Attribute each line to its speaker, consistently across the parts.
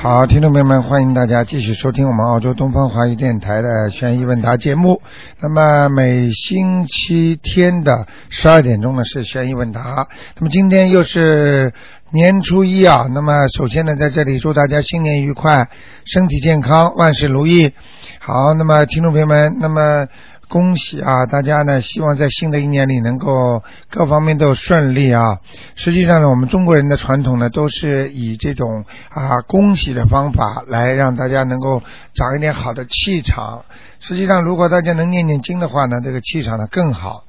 Speaker 1: 好，听众朋友们，欢迎大家继续收听我们澳洲东方华语电台的悬疑问答节目。那么每星期天的十二点钟呢是悬疑问答。那么今天又是年初一啊，那么首先呢，在这里祝大家新年愉快，身体健康，万事如意。好，那么听众朋友们，那么恭喜啊，大家呢，希望在新的一年里能够各方面都顺利啊。实际上呢，我们中国人的传统呢，都是以这种啊恭喜的方法来让大家能够长一点好的气场。实际上，如果大家能念念经的话呢，这个气场呢更好。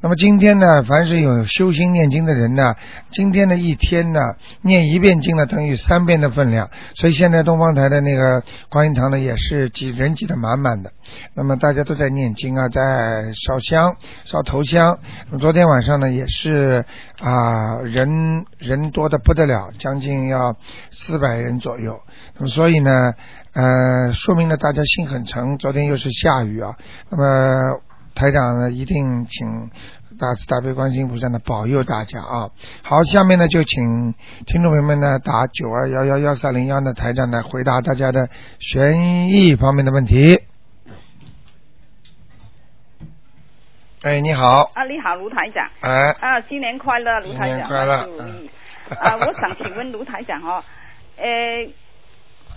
Speaker 1: 那么今天呢，凡是有修心念经的人呢，今天的一天呢，念一遍经呢，等于三遍的分量。所以现在东方台的那个观音堂呢，也是挤人挤得满满的。那么大家都在念经啊，在烧香、烧头香。那么昨天晚上呢，也是啊、人人多的不得了，将近要四百人左右。那么所以呢，呃，说明了大家心很诚。昨天又是下雨啊，那么。台长呢，一定请大慈大悲观世音菩萨呢保佑大家啊！好，下面呢就请听众朋友们呢打九二幺幺幺三零幺呢台长来回答大家的悬疑方面的问题。哎，你好，
Speaker 2: 啊，你好，卢台长。
Speaker 1: 哎，
Speaker 2: 啊，新年快乐，卢哎台
Speaker 1: 新年
Speaker 2: 长。
Speaker 1: 快乐嗯
Speaker 2: 万事如意。 啊，我想请问卢台长哦， 呃，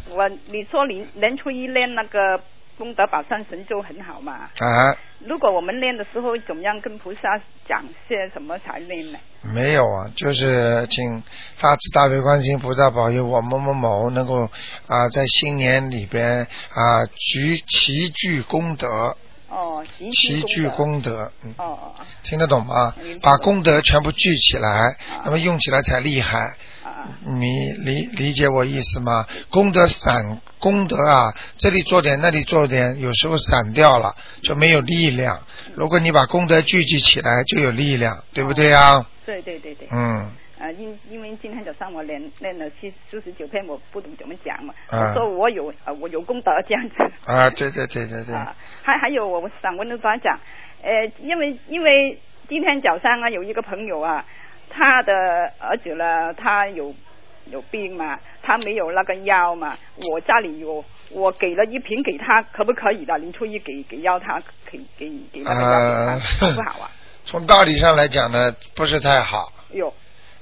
Speaker 2: 我你说你年初一练那个功德宝山神咒很好嘛？
Speaker 1: 哎，
Speaker 2: 如果我们练的时候，怎么样跟菩萨讲些什么才练呢？
Speaker 1: 没有啊，就是请大慈大悲观世音菩萨保佑我某某某能够啊、在新年里边啊、举齐聚功德，
Speaker 2: 哦，集
Speaker 1: 齐聚
Speaker 2: 聚
Speaker 1: 功
Speaker 2: 功德。
Speaker 1: 德，嗯。
Speaker 2: 哦哦哦
Speaker 1: 听得懂吗
Speaker 2: 明白？
Speaker 1: 把功德全部聚起来，那么用起来才厉害。
Speaker 2: 啊
Speaker 1: 你理理解我意思吗？功德散，功德啊，这里做点，那里做点，有时候散掉了就没有力量。如果你把功德聚集起来，就有力量，对不对啊？
Speaker 2: 对对对对。
Speaker 1: 嗯，
Speaker 2: 啊，因因为今天早上我练练了七四十九篇，我不懂怎么讲嘛。
Speaker 1: 啊
Speaker 2: 我说我有啊，我有功德这样子。
Speaker 1: 啊，对对对对对，
Speaker 2: 啊，还还有我我想问卢台长，呃，因为因为今天早上啊，有一个朋友啊，他的儿子呢，他有有病嘛，他没有那个药嘛，我家里有，我给了一瓶给他，可不可以的？年初一给给药他，给给给那个药给他，
Speaker 1: 啊
Speaker 2: 好不好啊？
Speaker 1: 从道理上来讲呢，不是太好。
Speaker 2: 有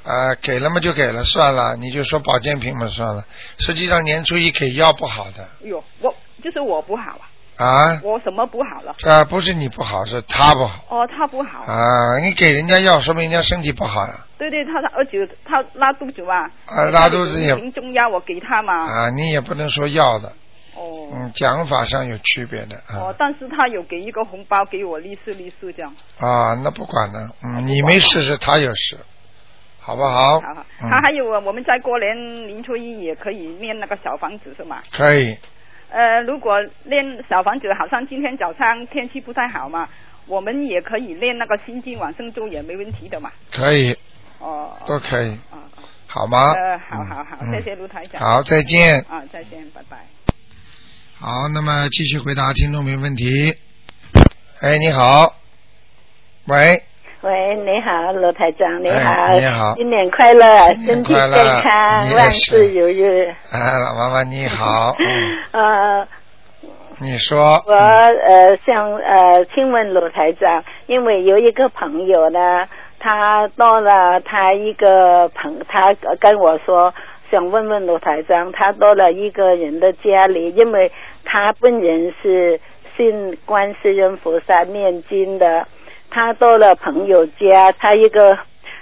Speaker 1: 啊，给了嘛就给了，算了，你就说保健品嘛算了。实际上年初一给药不好的
Speaker 2: 有，我就是我不好啊，
Speaker 1: 啊，
Speaker 2: 我什么不好了？
Speaker 1: 啊，不是你不好，是他不好。
Speaker 2: 哦，他不好，
Speaker 1: 啊，你给人家药，说明人家身体不好呀、
Speaker 2: 对对，他他儿子他拉肚子嘛，
Speaker 1: 啊拉肚子也
Speaker 2: 他有一瓶中药我给他
Speaker 1: 啊。
Speaker 2: 嘛，
Speaker 1: 你也不能说药的，
Speaker 2: 哦。
Speaker 1: 嗯，讲法上有区别的啊
Speaker 2: 哦。，但是他有给一个红包给我，利是利是这样。
Speaker 1: 啊，那不管了，嗯，你没事是他有事，好不好？
Speaker 2: 好好，
Speaker 1: 嗯
Speaker 2: 他，还有我们在过年年初一也可以念那个小房子是吗？
Speaker 1: 可以，
Speaker 2: 呃，如果念小房子，好像今天早上天气不太好嘛，我们也可以念那个心经往生咒也没问题的嘛。
Speaker 1: 可以，
Speaker 2: 哦，哦
Speaker 1: 都可以，
Speaker 2: 哦，
Speaker 1: 好吗？
Speaker 2: 呃，好好好，
Speaker 1: 嗯
Speaker 2: 谢谢卢台长。
Speaker 1: 好，再见。
Speaker 2: 啊，再见，拜拜。
Speaker 1: 好，那么继续回答听众朋友问题。哎，你好，喂，
Speaker 3: 喂，你好，罗台长，你好，
Speaker 1: 哎你好
Speaker 3: 新年快乐，
Speaker 1: 新年
Speaker 3: 身体
Speaker 1: 快乐
Speaker 3: 健康
Speaker 1: 你，也
Speaker 3: 万
Speaker 1: 是
Speaker 3: 事如意。
Speaker 1: 哎，老妈妈你好，嗯，
Speaker 3: 呃，
Speaker 1: 你说，
Speaker 3: 我呃想呃请问罗台长，因为有一个朋友呢，他到了他一个朋，他跟我说。想问问罗台长，他到了一个人的家里，因为他本人是信观世音菩萨念经的，他到了朋友家，他一个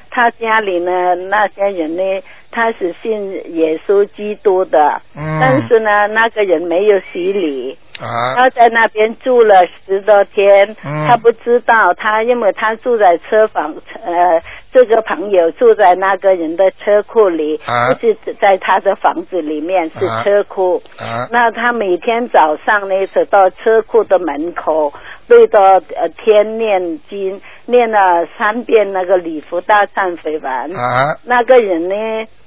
Speaker 3: 他家里呢那些人呢，他是信耶稣基督的，
Speaker 1: 嗯，
Speaker 3: 但是呢，那个人没有洗礼，
Speaker 1: 啊
Speaker 3: 他在那边住了十多天，
Speaker 1: 嗯
Speaker 3: 他不知道，他因为他住在车房，呃，这个朋友住在那个人的车库里，
Speaker 1: 啊
Speaker 3: 不是在他的房子里面，是
Speaker 1: 啊
Speaker 3: 车库。
Speaker 1: 啊
Speaker 3: 那他每天早上呢，走到车库的门口，对着呃天念经，念了三遍那个礼佛大忏悔文。
Speaker 1: 啊
Speaker 3: 那个人呢，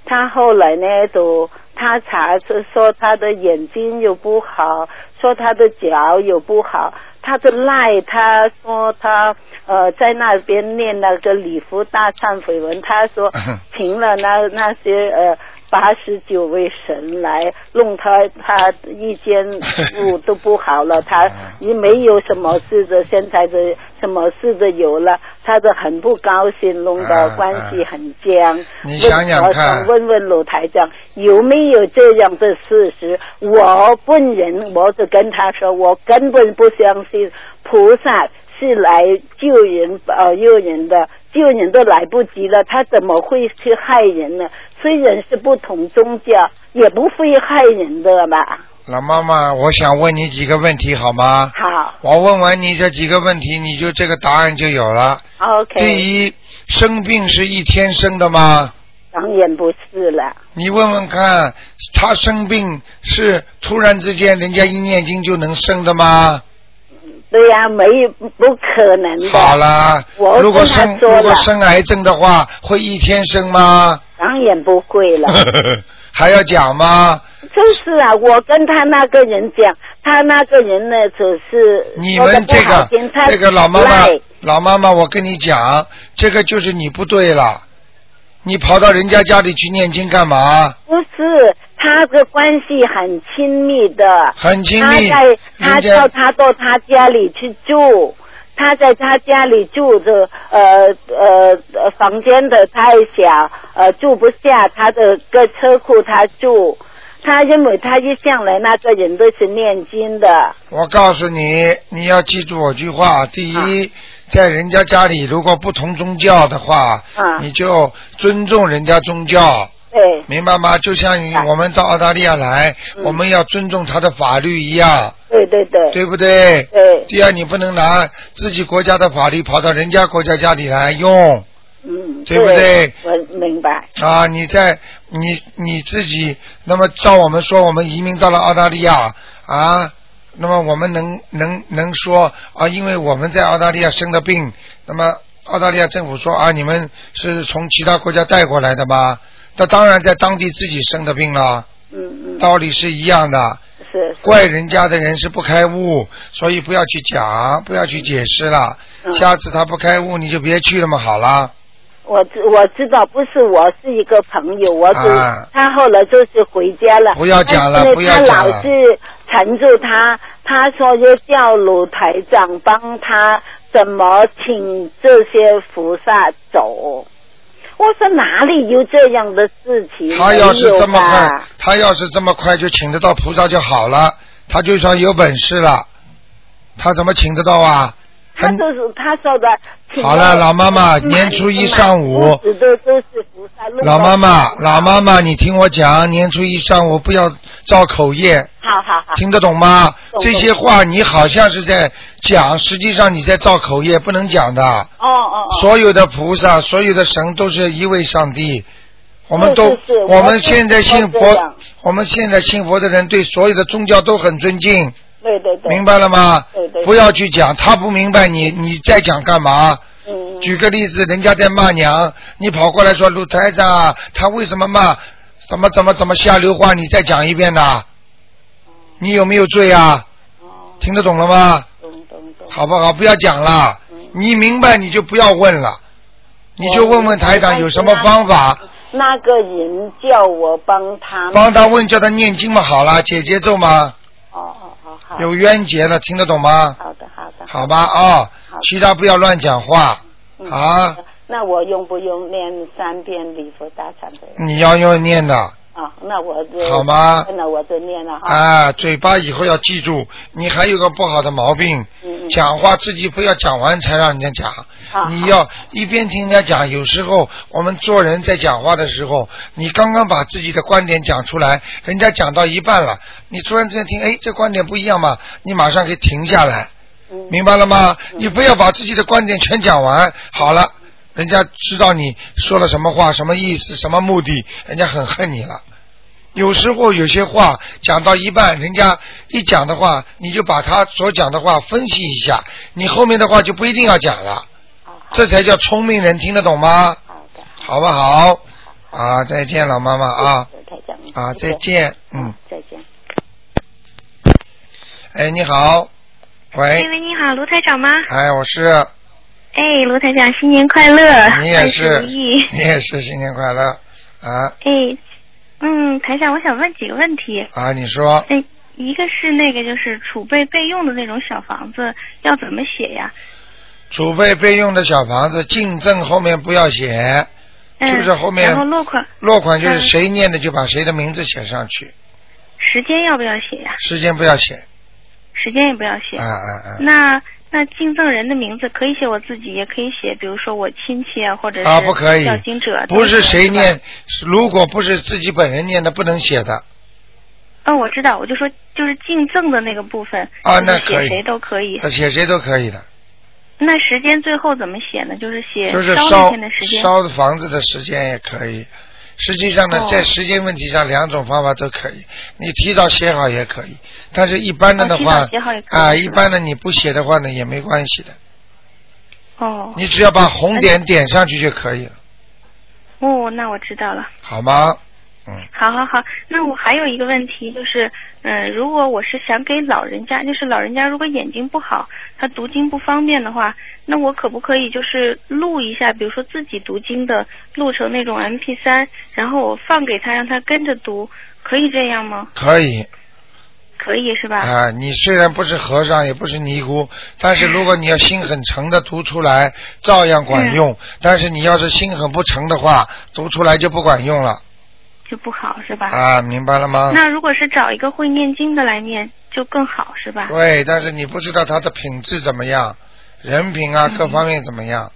Speaker 3: 他后来呢，都他查是说他的眼睛又不好，说他的脚又不好，他就赖他说他呃在那边念那个礼佛大忏悔文，他说请了那那些呃八十九位神来弄他，他一间屋都不好了，他也没有什么事的，现在的什么事都有了，他就很不高兴，弄
Speaker 1: 啊
Speaker 3: 得关系很僵。
Speaker 1: 你想想
Speaker 3: 我
Speaker 1: 看
Speaker 3: 想问问鲁台长有没有这样的事实？我本人我就跟他说，我根本不相信菩萨是来救人呃救人的，救人都来不及了，他怎么会去害人呢？虽然是不同宗教，也不会害人的吧？
Speaker 1: 老妈妈，我想问你几个问题好吗？
Speaker 3: 好
Speaker 1: 我问完你这几个问题，你就这个答案就有了。
Speaker 3: ，OK，
Speaker 1: 第一，生病是一天生的吗？
Speaker 3: 当然不是了，
Speaker 1: 你问问看，他生病是突然之间人家一念经就能生的吗？
Speaker 3: 嗯对呀、没有不可能的。
Speaker 1: 好啦，
Speaker 3: 我
Speaker 1: 如果
Speaker 3: 跟他
Speaker 1: 生
Speaker 3: 说
Speaker 1: 如果
Speaker 3: 了
Speaker 1: 生癌症的话，会一天生吗？
Speaker 3: 当然不会了。
Speaker 1: 还要讲吗？
Speaker 3: 就是啊，我跟他那个人讲，他那个人呢，只是
Speaker 1: 你
Speaker 3: 说得
Speaker 1: 们
Speaker 3: 不
Speaker 1: 这
Speaker 3: 好
Speaker 1: 个
Speaker 3: 听他
Speaker 1: 这个老妈妈
Speaker 3: 赖
Speaker 1: 老妈妈，我跟你讲，这个就是你不对了，你跑到人家家里去念经干嘛？
Speaker 3: 不是他的关系很亲密的，
Speaker 1: 很亲密
Speaker 3: 他在他
Speaker 1: 人家
Speaker 3: 叫他到他家里去住。他在他家里住着，呃呃，呃房间的太小，呃，住不下。他的个车库他住，他认为他一向来那个人都是念经的，
Speaker 1: 我告诉你，你要记住我句
Speaker 3: 啊
Speaker 1: 话：第一，在人家家里如果不同宗教的话，
Speaker 3: 啊
Speaker 1: 你就尊重人家宗教，
Speaker 3: 对，
Speaker 1: 明白吗？就像你
Speaker 3: 啊
Speaker 1: 我们到澳大利亚来，
Speaker 3: 嗯
Speaker 1: 我们要尊重他的法律一样，
Speaker 3: 对对对，
Speaker 1: 对不对？
Speaker 3: 对，
Speaker 1: 第二，你不能拿自己国家的法律跑到人家国家家里来用
Speaker 3: 嗯，
Speaker 1: 对不对
Speaker 3: 我明白。
Speaker 1: 啊！你在你你自己，那么照我们说，我们移民到了澳大利亚啊，那么我们能能能说啊，因为我们在澳大利亚生的病，那么澳大利亚政府说啊，你们是从其他国家带过来的吗？那当然在当地自己生的病了，
Speaker 3: 嗯嗯，
Speaker 1: 道理是一样的。
Speaker 3: 是是
Speaker 1: 怪人家的人是不开悟，所以不要去讲，不要去解释了。
Speaker 3: 嗯
Speaker 1: 下次他不开悟，你就别去了嘛，好了。
Speaker 3: 我知我知道，不是我是一个朋友，我就、
Speaker 1: 啊
Speaker 3: 他后来就是回家了。
Speaker 1: 不要讲了
Speaker 3: 但是呢
Speaker 1: 不要讲了
Speaker 3: 他老是缠住他，他说要叫鲁台长帮他怎么请这些菩萨走。我说哪里有这样的事情？
Speaker 1: 他要是
Speaker 3: 没有
Speaker 1: 这么快
Speaker 3: 吧，
Speaker 1: 他要是这么快就请得到菩萨就好了，他就算有本事了，他怎么请得到啊？
Speaker 3: 他
Speaker 1: 很
Speaker 3: 就是他说的。请嗯
Speaker 1: 好了老妈妈
Speaker 3: 满
Speaker 1: 年初一上午
Speaker 3: 满屋子都都是菩萨弄得
Speaker 1: 老妈妈，
Speaker 3: 很
Speaker 1: 老妈妈，你听我讲，年初一上午不要造口业，
Speaker 3: 好好好，
Speaker 1: 听得懂吗？
Speaker 3: 懂
Speaker 1: 这些话你好像是在讲，实际上你在造口业，不能讲的。
Speaker 3: 哦哦哦，
Speaker 1: 所有的菩萨、所有的神都是一位上帝。我们都，
Speaker 3: 是是是
Speaker 1: 我
Speaker 3: 我
Speaker 1: 们
Speaker 3: 是
Speaker 1: 现在信佛
Speaker 3: 我这样，
Speaker 1: 我们现在信佛的人对所有的宗教都很尊敬，
Speaker 3: 对对对，
Speaker 1: 明白了吗？
Speaker 3: 对对对
Speaker 1: 不要去讲，他不明白你，你再讲干嘛？
Speaker 3: 嗯，嗯
Speaker 1: 举个例子，人家在骂娘，你跑过来说鲁台长，他为什么骂？怎么怎么怎么下流话？你再讲一遍呐？你有没有罪啊？
Speaker 3: 哦，
Speaker 1: 听得懂了吗？
Speaker 3: 懂懂懂，嗯
Speaker 1: 好不好？不要讲了，你明白你就不要问了，你就问问台
Speaker 3: 哦啊
Speaker 1: 长有什么方法，
Speaker 3: 那个人叫我帮他，
Speaker 1: 帮他问，叫他念经嘛，好了，解节奏嘛，
Speaker 3: 哦哦哦，好，
Speaker 1: 有冤结了，听得懂吗？
Speaker 3: 好的好的，
Speaker 1: 好吧啊、
Speaker 3: 好
Speaker 1: 其他不要乱讲话
Speaker 3: 嗯
Speaker 1: 啊，
Speaker 3: 那我用不用念三遍礼佛大忏悔？
Speaker 1: 你要用念的，
Speaker 3: 啊啊，那我就
Speaker 1: 好吗
Speaker 3: 那我就念了哈。
Speaker 1: 啊，嘴巴以后要记住，你还有个不好的毛病，
Speaker 3: 嗯嗯
Speaker 1: 讲话自己不要讲完才让人家讲，
Speaker 3: 啊
Speaker 1: 你要一边听人家讲。有时候我们做人在讲话的时候，你刚刚把自己的观点讲出来，人家讲到一半了，你突然之间听，哎，这观点不一样嘛，你马上可以停下来，
Speaker 3: 嗯
Speaker 1: 明白了吗？你不要把自己的观点全讲完，好了，人家知道你说了什么话、什么意思、什么目的，人家很恨你了。有时候有些话讲到一半，人家一讲的话，你就把他所讲的话分析一下，你后面的话就不一定要讲了，
Speaker 3: 好
Speaker 1: 这才叫聪明人，听得懂吗？
Speaker 3: 好的，
Speaker 1: 好不好？啊，再见，老妈妈啊
Speaker 3: 台长
Speaker 1: 啊，
Speaker 3: 谢谢
Speaker 1: 再见，嗯，
Speaker 3: 再见。
Speaker 1: 哎，你好，
Speaker 4: 喂
Speaker 1: 喂，
Speaker 4: 喂，你好，卢台长吗？
Speaker 1: 哎，我是，
Speaker 4: 哎，卢台长，新年快乐，
Speaker 1: 你也
Speaker 4: 万
Speaker 1: 是，
Speaker 4: 事如意。
Speaker 1: 你也是，新年快乐啊
Speaker 4: 哎，嗯，台长，我想问几个问题。
Speaker 1: 啊，你说
Speaker 4: 哎，一个是那个就是储备备用的那种小房子要怎么写呀？
Speaker 1: 储备备用的小房子，进赠后面不要写，
Speaker 4: 嗯，
Speaker 1: 就是后面
Speaker 4: 然后落款
Speaker 1: 落款就是
Speaker 4: 嗯
Speaker 1: 谁念的就把谁的名字写上去，
Speaker 4: 时间要不要写呀？
Speaker 1: 时间不要写，
Speaker 4: 时间也不要写。
Speaker 1: 啊啊
Speaker 4: 那那敬赠人的名字可以写我自己，也可以写，比如说我亲戚啊，或者
Speaker 1: 啊
Speaker 4: 是
Speaker 1: 啊，不可以
Speaker 4: 孝经者，，
Speaker 1: 不是谁
Speaker 4: 吧。
Speaker 1: 念，如果不是自己本人念的，不能写的
Speaker 4: 哦，我知道，我就说就是敬赠的那个部分，
Speaker 1: 啊
Speaker 4: 就是
Speaker 1: 那可以
Speaker 4: 写谁都可以。
Speaker 1: 呃，写谁都可以的，
Speaker 4: 那时间最后怎么写呢？就是写
Speaker 1: 就是
Speaker 4: 那
Speaker 1: 烧
Speaker 4: 天的时间。
Speaker 1: 烧房子的时间也可以。实际上呢，
Speaker 4: 哦
Speaker 1: 在时间问题上，两种方法都可以。你提早写好也可以，但是一般的
Speaker 4: 哦
Speaker 1: 的
Speaker 4: 提
Speaker 1: 话
Speaker 4: 早写好也，可以
Speaker 1: 啊，
Speaker 4: 是
Speaker 1: 一
Speaker 4: 吧
Speaker 1: 般的你不写的话呢，也没关系的。
Speaker 4: 哦
Speaker 1: 你只要把红点点上去就可以了，
Speaker 4: 哦，那我知道了。
Speaker 1: 好吗？嗯，
Speaker 4: 好好好，那我还有一个问题就是，嗯，如果我是想给老人家，就是老人家如果眼睛不好，他读经不方便的话，那我可不可以就是录一下，比如说自己读经的，录成那种 M P 三，然后我放给他，让他跟着读，可以这样吗？
Speaker 1: 可以
Speaker 4: 可以是吧？
Speaker 1: 啊。你虽然不是和尚，也不是尼姑，但是如果你要心很诚的读出来，照样
Speaker 4: 嗯
Speaker 1: 管用。但是你要是心很不诚的话，读出来就不管用了
Speaker 4: 就不好是吧？
Speaker 1: 啊，明白了吗？
Speaker 4: 那如果是找一个会念经的来念，就更好是吧？
Speaker 1: 对，但是你不知道他的品质怎么样，人品啊，
Speaker 4: 嗯
Speaker 1: 各方面怎么样，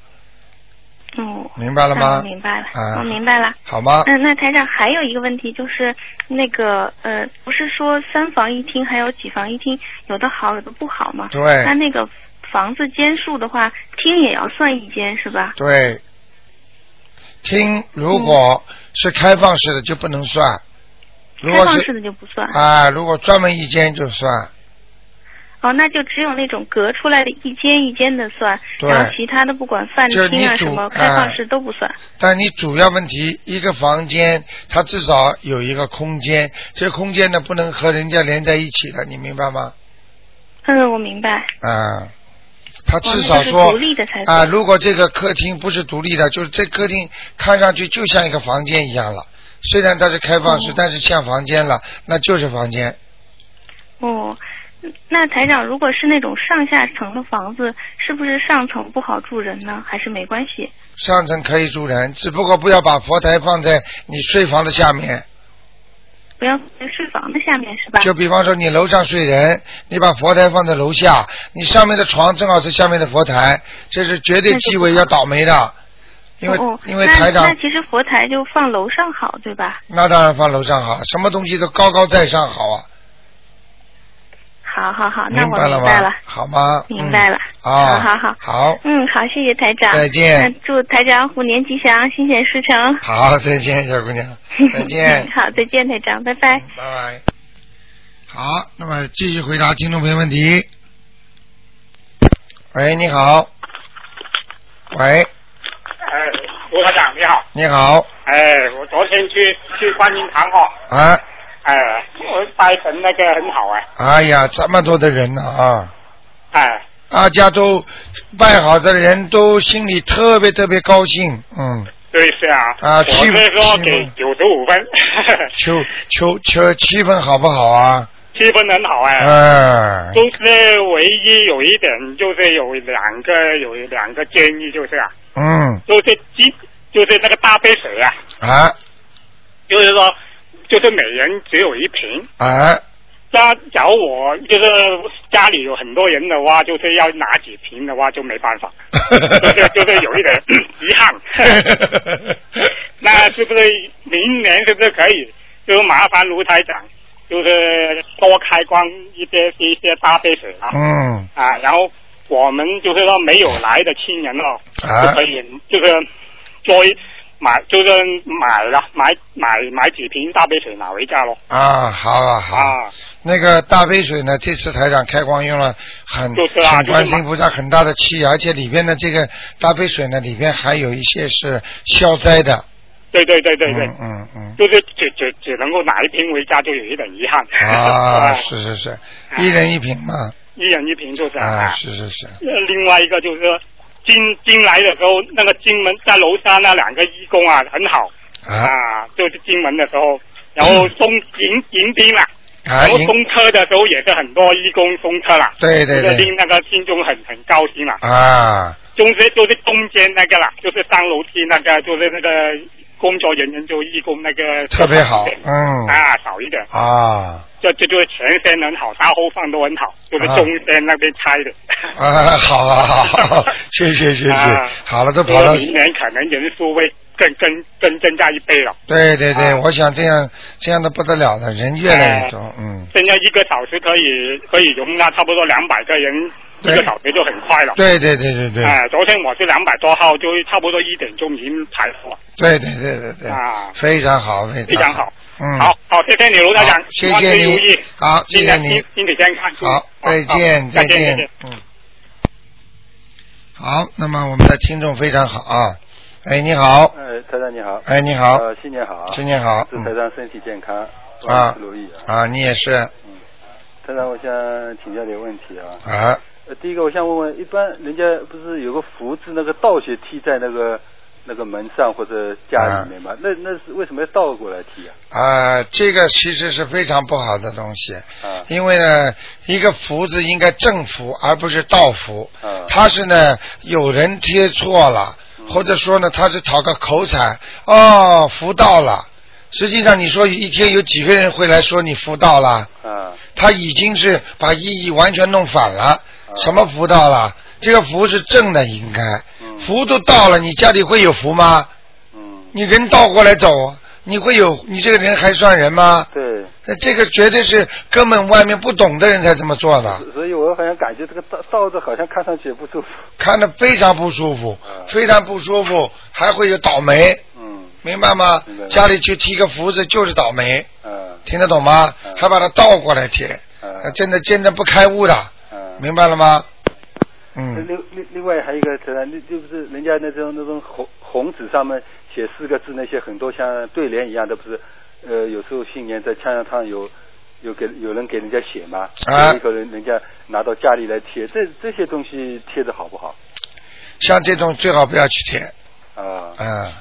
Speaker 4: 嗯，
Speaker 1: 明白了
Speaker 4: 那我
Speaker 1: 吗？
Speaker 4: 明白了，
Speaker 1: 啊
Speaker 4: 我明白了。
Speaker 1: 好吗？
Speaker 4: 嗯，那台长还有一个问题就是，那个呃，不是说三房一厅还有几房一厅，有的好有的不好吗？
Speaker 1: 对
Speaker 4: 那那个房子间数的话，厅也要算一间是吧？
Speaker 1: 对，听，如果是开放式的就不能算，如
Speaker 4: 嗯开
Speaker 1: 果
Speaker 4: 放式
Speaker 1: 是
Speaker 4: 的就不算。
Speaker 1: 啊，如果专门一间就算，
Speaker 4: 哦，那就只有那种隔出来的一间一间的算，
Speaker 1: 对
Speaker 4: 然后其他的不管饭
Speaker 1: 就是
Speaker 4: 厅啊
Speaker 1: 你主
Speaker 4: 什么开
Speaker 1: 哎
Speaker 4: 放式都不算。
Speaker 1: 但你主要问题，一个房间它至少有一个空间，这空间呢不能和人家连在一起的，你明白吗？
Speaker 4: 嗯，我明白。
Speaker 1: 啊，它
Speaker 4: 哦
Speaker 1: 至
Speaker 4: 那
Speaker 1: 少
Speaker 4: 就是
Speaker 1: 说
Speaker 4: 独立的才
Speaker 1: 啊，
Speaker 4: 算
Speaker 1: 如果这个客厅不是独立的，就是这客厅看上去就像一个房间一样了。虽然它是开放式，
Speaker 4: 哦
Speaker 1: 但是像房间了，那就是房间。
Speaker 4: 哦，那台长，如果是那种上下层的房子，是不是上层不好住人呢？还是没关系？
Speaker 1: 上层可以住人，只不过不要把佛台放在你睡房的下面。
Speaker 4: 不要在睡房的下面是吧？
Speaker 1: 就比方说你楼上睡人，你把佛台放在楼下，你上面的床正好是下面的佛台，这是绝对
Speaker 4: 那就
Speaker 1: 纪委要倒霉的，因为、
Speaker 4: 哦、
Speaker 1: 因为台
Speaker 4: 那那
Speaker 1: 长
Speaker 4: 其实佛台就放楼上好，对吧？
Speaker 1: 那当然放楼上好，什么东西都高高在上好啊，
Speaker 4: 好好好，那
Speaker 1: 明
Speaker 4: 我
Speaker 1: 白
Speaker 4: 明
Speaker 1: 吗？
Speaker 4: 白了。
Speaker 1: 好吗？
Speaker 4: 明白了
Speaker 1: 嗯、啊，
Speaker 4: 好好好
Speaker 1: 好，
Speaker 4: 嗯，好，谢谢台长。
Speaker 1: 再见
Speaker 4: 那祝台长虎年吉祥，心想事成。，
Speaker 1: 好，再见，小姑娘，再见
Speaker 4: 好，再见，台长，拜拜。
Speaker 1: 拜拜。好，那么继续回答听众朋友问题。喂，你好。喂，
Speaker 5: 哎，卢科长你好，
Speaker 1: 你好，
Speaker 5: 哎，我昨天去去观音堂哈，
Speaker 1: 啊，
Speaker 5: 哎，我拜神那个很好哎，
Speaker 1: 哎呀，这么多的人呢啊，
Speaker 5: 哎，
Speaker 1: 大家都拜好的人都心里特别特别高兴，嗯，
Speaker 5: 对是啊，
Speaker 1: 啊
Speaker 5: 我
Speaker 1: 气
Speaker 5: 是说
Speaker 1: 气
Speaker 5: 给九十五分，
Speaker 1: 求求求气氛好不好啊？
Speaker 5: 气氛很好哎，
Speaker 1: 哎，
Speaker 5: 就是唯一有一点就是有两个有两个建议就是啊，
Speaker 1: 嗯，
Speaker 5: 就是今就是那个大杯水啊，
Speaker 1: 啊，
Speaker 5: 就是说就是每人只有一瓶。
Speaker 1: 哎，
Speaker 5: 那假如我就是家里有很多人的话，就是要拿几瓶的话就没 办法，就是就是有一点嗯遗憾。那是不是明年是不是可以？就是麻烦卢台长，就是多开光一些一些大杯水啊、
Speaker 1: 嗯，
Speaker 5: 啊，然后我们就是说没有来的亲人哦，
Speaker 1: 啊
Speaker 5: 就可以就是做一买就是买了买买买几瓶大杯水拿回家咯。
Speaker 1: 啊，好啊好
Speaker 5: 啊，
Speaker 1: 那个大杯水呢，这次台长开光用了很
Speaker 5: 就是啊
Speaker 1: 很观
Speaker 5: 就是
Speaker 1: 世
Speaker 5: 嘛
Speaker 1: 音菩萨很大的气，啊而且里边的这个大杯水呢，里边还有一些是消灾的。
Speaker 5: 对对对对对，
Speaker 1: 嗯嗯 嗯。
Speaker 5: 就是只只只能够拿一瓶回家，就有一点遗憾。
Speaker 1: 啊，
Speaker 5: 是吧
Speaker 1: 是是是，一人一瓶嘛。
Speaker 5: 一人一瓶就是
Speaker 1: 啊，是是是。
Speaker 5: 呃另外一个就是说进进来的时候，那个金门在楼下那两个义工啊很好
Speaker 1: 啊
Speaker 5: 就是进门的时候，然后送迎迎宾啦，
Speaker 1: 啊，
Speaker 5: 然后
Speaker 1: 您
Speaker 5: 送车的时候也是很多义工送车啦，
Speaker 1: 对对
Speaker 5: 就是
Speaker 1: 对
Speaker 5: 令那个听众很很高兴啦。
Speaker 1: 啊，
Speaker 5: 就是就是中间那个啦，就是上楼梯那个，就是那个工作人员就义工那个
Speaker 1: 特别好，嗯
Speaker 5: 啊少一点，
Speaker 1: 啊
Speaker 5: 这这就是前身很好，大后放都很好，就是中间那边拆的。
Speaker 1: 啊，好啊 好，谢谢谢谢
Speaker 5: 啊，
Speaker 1: 好了，都
Speaker 5: 所
Speaker 1: 跑到
Speaker 5: 以明年可能人数会更更更增加一倍了。
Speaker 1: 对对对，
Speaker 5: 啊哎
Speaker 1: 我想这样这样的不得了的，人越来越多，嗯，
Speaker 5: 现在一个小时可以可以容纳差不多两百个人，一
Speaker 1: 对
Speaker 5: 个小时就很快了。
Speaker 1: 对对对对对，
Speaker 5: 啊，昨天我是两百多号，就差不多一点钟已经排好了。
Speaker 1: 对对对对对
Speaker 5: 啊，
Speaker 1: 非常好非
Speaker 5: 非常好，
Speaker 1: 嗯，
Speaker 5: 好好，谢谢你卢台长
Speaker 1: 好，谢
Speaker 5: 万
Speaker 1: 谢
Speaker 5: 事如
Speaker 1: 你
Speaker 5: 意，，
Speaker 1: 好，谢
Speaker 5: 今
Speaker 1: 谢
Speaker 5: 年
Speaker 1: 你
Speaker 5: 身，身体健康，
Speaker 1: 好，再见，
Speaker 5: 再见，再
Speaker 1: 见
Speaker 5: 见。，
Speaker 1: 嗯。好，那么我们的听众非常好啊，哎，你好，
Speaker 5: 呃
Speaker 6: 哎，台长你好。
Speaker 1: 哎，你好，
Speaker 6: 呃，新年好啊。
Speaker 1: 新年好，
Speaker 6: 祝台
Speaker 1: 嗯
Speaker 6: 长身体健康，
Speaker 1: 啊
Speaker 6: 万事如意啊。
Speaker 1: 啊，你也是
Speaker 6: 台长，我想请教点问题啊。
Speaker 1: 啊，
Speaker 6: 呃，第一个，我想问问，一般人家不是有个福字那个倒血贴在那个那个门上或者家里面
Speaker 1: 嗯
Speaker 6: 嘛？那那是为什么要倒过来贴啊？
Speaker 1: 啊，这个其实是非常不好的东西，
Speaker 6: 啊
Speaker 1: 因为呢，一个福字应该正福而不是倒福，
Speaker 6: 啊嗯
Speaker 1: 它是呢有人贴错了，或者说呢他是讨个口彩，哦，福到了。实际上，你说一天有几个人会来说你福到了？
Speaker 6: 啊
Speaker 1: 他已经是把意义完全弄反了。什么福到了？这个福是正的，应该
Speaker 6: 嗯
Speaker 1: 福都到了，你家里会有福吗？
Speaker 6: 嗯，
Speaker 1: 你人倒过来走，啊你会有你这个人还算人吗？
Speaker 6: 对。
Speaker 1: 那这个绝对是根本外面不懂的人才这么做的，
Speaker 6: 所以我好像感觉这个倒倒着好像看上去也不舒服。
Speaker 1: 看着非常不舒服，
Speaker 6: 嗯
Speaker 1: 非常不舒服，还会有倒霉，
Speaker 6: 嗯
Speaker 1: 明白吗
Speaker 6: 明白？
Speaker 1: 家里去贴个福字就是倒霉，
Speaker 6: 嗯
Speaker 1: 听得懂吗？
Speaker 6: 嗯
Speaker 1: 还把它倒过来贴，
Speaker 6: 嗯
Speaker 1: 真的真的不开悟的，
Speaker 6: 嗯。哎
Speaker 1: 明白了吗？嗯，
Speaker 6: 另另另外还有一个，台长，那就是人家那种那种红红纸上面写四个字，那些很多像对联一样的，不是？呃，有时候新年在墙上上有有给有人给人家写嘛，
Speaker 1: 啊
Speaker 6: 有一个人人家拿到家里来贴，这这些东西贴的好不好？
Speaker 1: 像这种最好不要去贴，
Speaker 6: 啊、
Speaker 1: 嗯，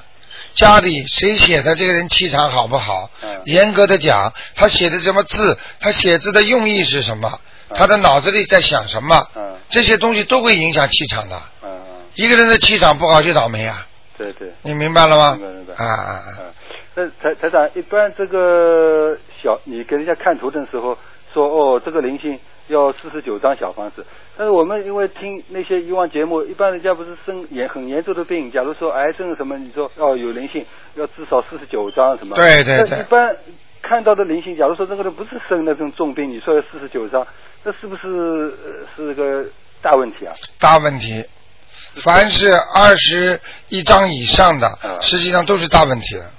Speaker 1: 家里谁写的这个人气场好不好？
Speaker 6: 嗯
Speaker 1: 严格的讲，他写的什么字，他写字的用意是什么，他的脑子里在想什么，
Speaker 6: 嗯
Speaker 1: 这些东西都会影响气场的。
Speaker 6: 嗯嗯，
Speaker 1: 一个人的气场不好就倒霉啊，
Speaker 6: 对对，
Speaker 1: 你明白了吗
Speaker 6: 明白明白？
Speaker 1: 啊啊啊！
Speaker 6: 嗯，那台台长，一般这个小你给人家看图的时候说哦，这个灵性要四十九张小房子，但是我们因为听那些以往节目，一般人家不是生严很严重的病，假如说癌症什么，你说哦有灵性要至少四十九张什么？
Speaker 1: 对对
Speaker 6: 但
Speaker 1: 对
Speaker 6: 一般看到的灵性，假如说那个人不是生那种重病，你说要四十九张，那是不是呃是个大问题啊？
Speaker 1: 大问题，凡是二十一张以上的，
Speaker 6: 嗯
Speaker 1: 实际上都是大问题了。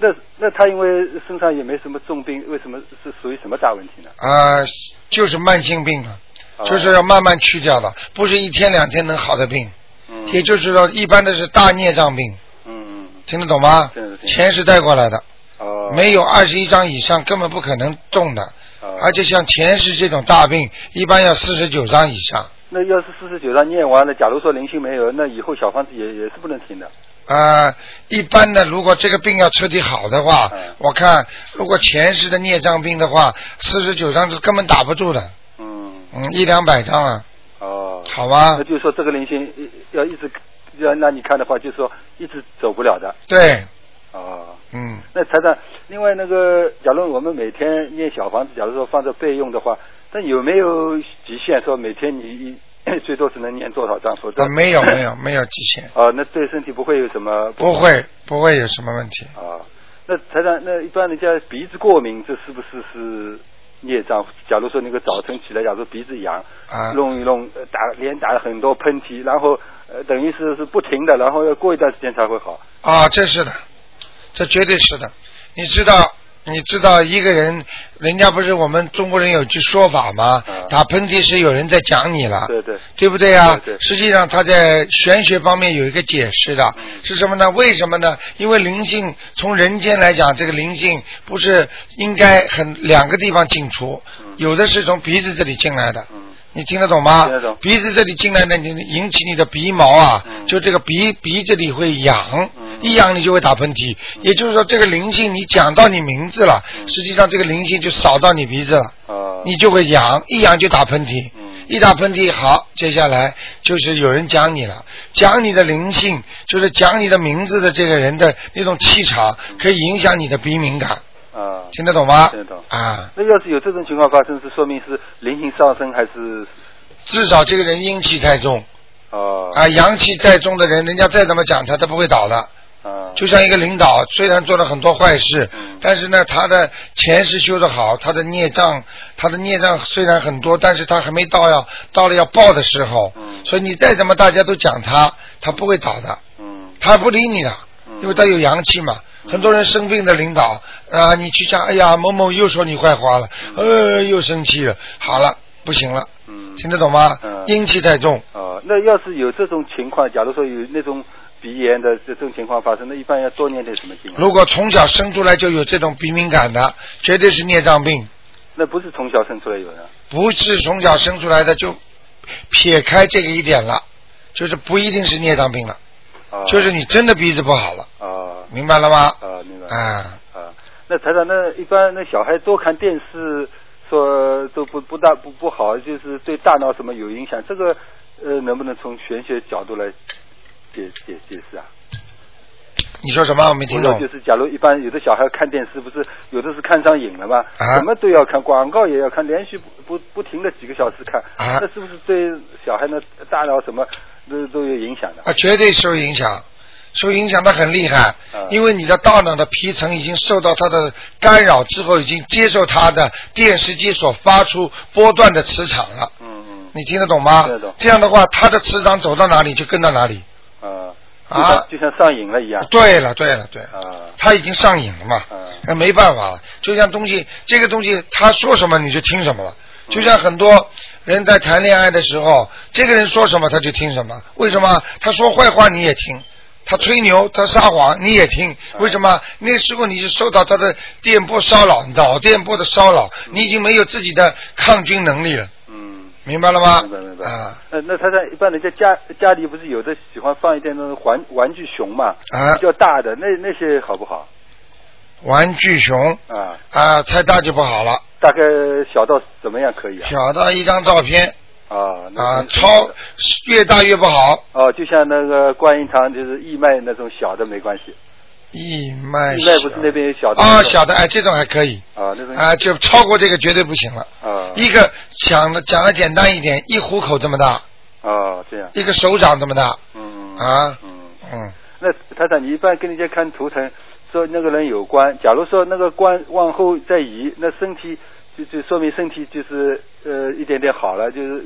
Speaker 6: 那那他因为身上也没什么重病，为什么是属于什么大问题呢？
Speaker 1: 啊，就是慢性病啊了，
Speaker 6: 哦
Speaker 1: 就是要慢慢去掉的，不是一天两天能好的病。
Speaker 6: 嗯
Speaker 1: 也就是说，一般的是大孽障病，
Speaker 6: 嗯嗯。
Speaker 1: 听得懂吗
Speaker 6: 听得？懂
Speaker 1: 前世带过来的，
Speaker 6: 哦，
Speaker 1: 没有二十一张以上根本不可能动的。
Speaker 6: 哦
Speaker 1: 而且像前世这种大病，一般要四十九张以上。
Speaker 6: 那要是四十九章念完了，假如说灵性没有，那以后小房子也也是不能停的。
Speaker 1: 啊，一般的，如果这个病要彻底好的话
Speaker 6: 嗯，
Speaker 1: 我看如果前世的孽障病的话，四十九张是根本打不住的，
Speaker 6: 嗯，
Speaker 1: 嗯，一两百张啊，
Speaker 6: 哦，
Speaker 1: 好啊吧
Speaker 6: 那？就是说这个灵性呃一要一直要让你看的话，就是说一直走不了的。
Speaker 1: 对，
Speaker 6: 哦，
Speaker 1: 嗯，
Speaker 6: 那台长，另外那个，假如我们每天念小房子，假如说放着备用的话，那有没有极限？说每天你一 最多只能念多少张？否则、
Speaker 1: 啊，没有没有没有极限，
Speaker 6: 啊，那对身体不会有什么
Speaker 1: 不会不会有什么问题。
Speaker 6: 啊？那台长，那一般人家鼻子过敏，这是不是是孽障？假如说那个早晨起来，假如鼻子痒，
Speaker 1: 啊
Speaker 6: 弄一弄，呃打连打了很多喷嚏，然后呃等于是是不停的，然后要过一段时间才会好。
Speaker 1: 啊，这是的，这绝对是的。你知道，你知道一个人，人家不是我们中国人有句说法吗？
Speaker 6: 嗯
Speaker 1: 打喷嚏是有人在讲你了，
Speaker 6: 对对，
Speaker 1: 对不对啊？
Speaker 6: 对对
Speaker 1: 实际上他在玄学方面有一个解释的
Speaker 6: 嗯，
Speaker 1: 是什么呢？为什么呢？因为灵性从人间来讲，这个灵性不是应该很两个地方进出，
Speaker 6: 嗯
Speaker 1: 有的是从鼻子这里进来的。
Speaker 6: 嗯
Speaker 1: 你听得懂吗？
Speaker 6: 听得懂
Speaker 1: 鼻子这里进来呢，你引起你的鼻毛啊，
Speaker 6: 嗯
Speaker 1: 就这个鼻鼻这里会痒，
Speaker 6: 嗯
Speaker 1: 一痒你就会打喷嚏。也就是说，这个灵性你讲到你名字了，
Speaker 6: 嗯
Speaker 1: 实际上这个灵性就扫到你鼻子了，
Speaker 6: 啊，
Speaker 1: 你就会痒，一痒就打喷嚏。
Speaker 6: 嗯
Speaker 1: 一打喷嚏，好，接下来就是有人讲你了，讲你的灵性，就是讲你的名字的这个人的那种气场，可以影响你的鼻敏感，
Speaker 6: 啊，
Speaker 1: 听得懂吗？
Speaker 6: 听得懂
Speaker 1: 啊，
Speaker 6: 那要是有这种情况发生，是说明是灵性上升还是
Speaker 1: 至少这个人阴气太重，
Speaker 6: 啊
Speaker 1: 啊，阳气再重的人，人家再怎么讲他，他不会倒的。
Speaker 6: 啊
Speaker 1: 就像一个领导，虽然做了很多坏事
Speaker 6: 嗯，
Speaker 1: 但是呢，他的前世修得好，他的孽障，他的孽障虽然很多，但是他还没到要到了要报的时候。
Speaker 6: 嗯
Speaker 1: 所以你再怎么大家都讲他，他不会倒的，
Speaker 6: 嗯
Speaker 1: 他不理你的，
Speaker 6: 嗯
Speaker 1: 因为他有阳气嘛。
Speaker 6: 嗯
Speaker 1: 很多人生病的领导啊，你去讲，哎呀，某某又说你坏话了，呃，又生气了，好了，不行了，
Speaker 6: 嗯
Speaker 1: 听得懂吗
Speaker 6: 嗯？
Speaker 1: 阴气太重。
Speaker 6: 啊，那要是有这种情况，假如说有那种鼻炎的这种情况发生，那一般要多念点什么经啊？
Speaker 1: 如果从小生出来就有这种鼻敏感的，绝对是孽障病，
Speaker 6: 那不是从小生出来有的。
Speaker 1: 不是从小生出来的就撇开这个一点了，就是不一定是孽障病了，
Speaker 6: 啊，
Speaker 1: 就是你真的鼻子不好了，
Speaker 6: 啊
Speaker 1: 明白了吗？
Speaker 6: 啊，明白
Speaker 1: 啊，
Speaker 6: 啊。那台长，那一般那小孩多看电视，说都不不大不不好，就是对大脑什么有影响。这个呃，能不能从玄学角度来解解解释啊？
Speaker 1: 你说什么？我没
Speaker 6: 我
Speaker 1: 听
Speaker 6: 说
Speaker 1: 懂
Speaker 6: 就。是，假如一般有的小孩看电视，不是有的是看上瘾了吗？
Speaker 1: 啊
Speaker 6: 什么都要看，广告也要看，连续不不不停的几个小时看，
Speaker 1: 啊
Speaker 6: 那是不是对小孩的大脑什么都都有影响的？
Speaker 1: 啊，绝对受影响，受影响的很厉害
Speaker 6: 嗯，
Speaker 1: 因为你的大脑的皮层已经受到它的干扰之后，已经接受它的电视机所发出波段的磁场了。
Speaker 6: 嗯
Speaker 1: 你听得懂吗
Speaker 6: 听得懂？
Speaker 1: 这样的话，它的磁场走到哪里就跟到哪里。
Speaker 6: 嗯啊，就
Speaker 1: 啊
Speaker 6: 像就像上瘾了一样
Speaker 1: 对了，对了，对了，
Speaker 6: 啊
Speaker 1: 他已经上瘾了嘛，
Speaker 6: 啊
Speaker 1: 那没办法了。就像东西，这个东西他说什么你就听什么了。
Speaker 6: 嗯
Speaker 1: 就像很多人在谈恋爱的时候，这个人说什么他就听什么。为什么？他说坏话你也听，他吹牛、他撒谎你也
Speaker 6: 嗯
Speaker 1: 听。为什么？那时候你是受到他的电波骚扰、脑电波的骚扰，你已经没有自己的抗菌能力了，
Speaker 6: 嗯。
Speaker 1: 明白了吗？
Speaker 6: 明白明白
Speaker 1: 啊
Speaker 6: 呃，那他在一般人家家家里不是有的喜欢放一点那种玩玩具熊嘛，
Speaker 1: 啊
Speaker 6: 比！较大的那那些好不好
Speaker 1: 玩具熊
Speaker 6: 啊？
Speaker 1: 啊，太大就不好了，
Speaker 6: 大概小到怎么样可以啊？
Speaker 1: 小到一张照片。
Speaker 6: 啊那
Speaker 1: 啊，
Speaker 6: 那
Speaker 1: 超越大越不好，
Speaker 6: 哦，就像那个观音堂，就是义卖那种小的没关系，
Speaker 1: 义卖
Speaker 6: 义卖不是那边有小的
Speaker 1: 哎啊，
Speaker 6: 那种
Speaker 1: 小的哎，这种还可以
Speaker 6: 啊，那种
Speaker 1: 啊，就超过这个绝对不行了。
Speaker 6: 啊
Speaker 1: 一个讲的讲的简单一点，一虎口这么大，
Speaker 6: 啊这样，
Speaker 1: 一个手掌这么大，
Speaker 6: 嗯
Speaker 1: 啊
Speaker 6: 嗯，
Speaker 1: 嗯，
Speaker 6: 那台长，你一般跟人家看图腾，说那个人有关，假如说那个关往后再移，那身体就就说明身体就是呃一点点好了，就是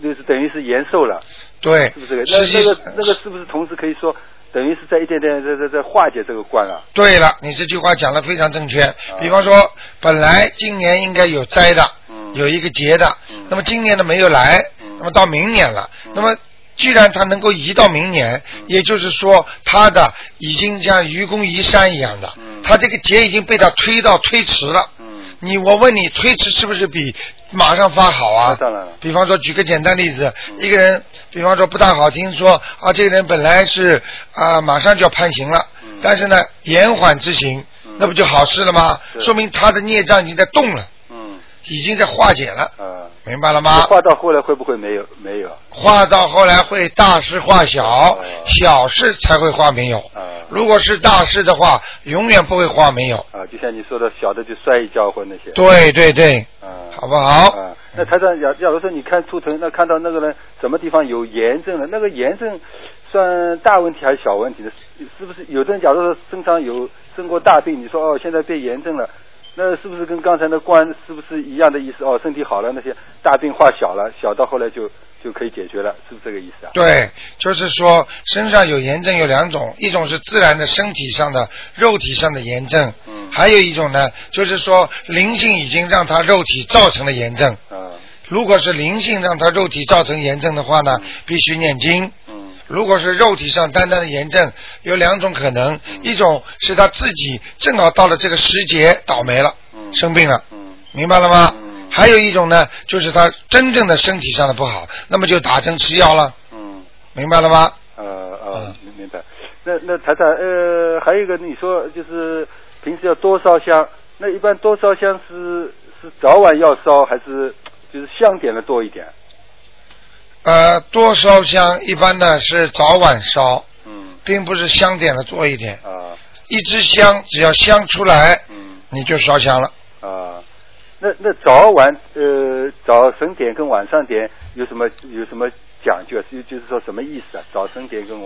Speaker 6: 就是等于是延寿了，
Speaker 1: 对
Speaker 6: 是不是，？那
Speaker 1: 实际
Speaker 6: 那个那个是不是同时可以说，等于是在一点点在在在化解这个关啊？
Speaker 1: 对了，你这句话讲的非常正确。比方说，本来今年应该有灾的，
Speaker 6: 嗯
Speaker 1: 有一个劫的
Speaker 6: 嗯，
Speaker 1: 那么今年呢没有来
Speaker 6: 嗯，
Speaker 1: 那么到明年了
Speaker 6: 嗯，
Speaker 1: 那么。既然它能够移到明年，也就是说，它的已经像愚公移山一样的
Speaker 6: 嗯，
Speaker 1: 它这个劫已经被它推到推迟了。
Speaker 6: 嗯
Speaker 1: 你我问你，推迟是不是比马上发好啊？
Speaker 6: 那哦当然了
Speaker 1: 比方说，举个简单例子，一个人，比方说不大好听说啊，这个人本来是啊、马上就要判刑了，
Speaker 6: 嗯
Speaker 1: 但是呢延缓执行
Speaker 6: 嗯，
Speaker 1: 那不就好事了吗？
Speaker 6: 是
Speaker 1: 说明他的孽障已经在动了，
Speaker 6: 嗯
Speaker 1: 已经在化解了，
Speaker 6: 啊。
Speaker 1: 明白了吗？
Speaker 6: 化到后来会不会没有没有啊？
Speaker 1: 化到后来会大事化小
Speaker 6: 哦，
Speaker 1: 小事才会化没有
Speaker 6: 哦。
Speaker 1: 如果是大事的话，永远不会化没有。
Speaker 6: 啊，就像你说的，小的就摔一跤或那些。
Speaker 1: 对对对，
Speaker 6: 啊，
Speaker 1: 好不好？
Speaker 6: 啊，那台长，假假如说你看图腾，那看到那个人什么地方有炎症了，那个炎症算大问题还是小问题呢？是不是有的人假如说身上有生过大病，你说哦现在变炎症了，那是不是跟刚才的关是不是一样的意思？哦，身体好了，那些大病化小了，小到后来就就可以解决了，是不是这个意思啊？
Speaker 1: 对，就是说身上有炎症有两种，一种是自然的身体上的、肉体上的炎症，
Speaker 6: 嗯
Speaker 1: 还有一种呢，就是说灵性已经让他肉体造成了炎症。
Speaker 6: 啊，
Speaker 1: 如果是灵性让他肉体造成炎症的话呢，必须念经。
Speaker 6: 嗯
Speaker 1: 如果是肉体上单单的炎症，有两种可能，
Speaker 6: 嗯
Speaker 1: 一种是他自己正好到了这个时节倒霉了，
Speaker 6: 嗯
Speaker 1: 生病了，
Speaker 6: 嗯
Speaker 1: 明白了吗
Speaker 6: 嗯？
Speaker 1: 还有一种呢，就是他真正的身体上的不好，那么就打针吃药了，
Speaker 6: 嗯，
Speaker 1: 明白了吗？
Speaker 6: 呃
Speaker 1: 啊
Speaker 6: 呃，明明白。那那台长，呃，还有一个你说就是平时要多烧香，那一般多烧香是是早晚要烧还是就是香点的多一点？
Speaker 1: 呃，多烧香一般呢是早晚烧，
Speaker 6: 嗯
Speaker 1: 并不是香点的多一点，
Speaker 6: 啊
Speaker 1: 一支香只要香出来，
Speaker 6: 嗯
Speaker 1: 你就烧香了。
Speaker 6: 啊，那那早晚呃早晨点跟晚上点有什么有什么讲究啊？就就是说什么意思啊？早晨点跟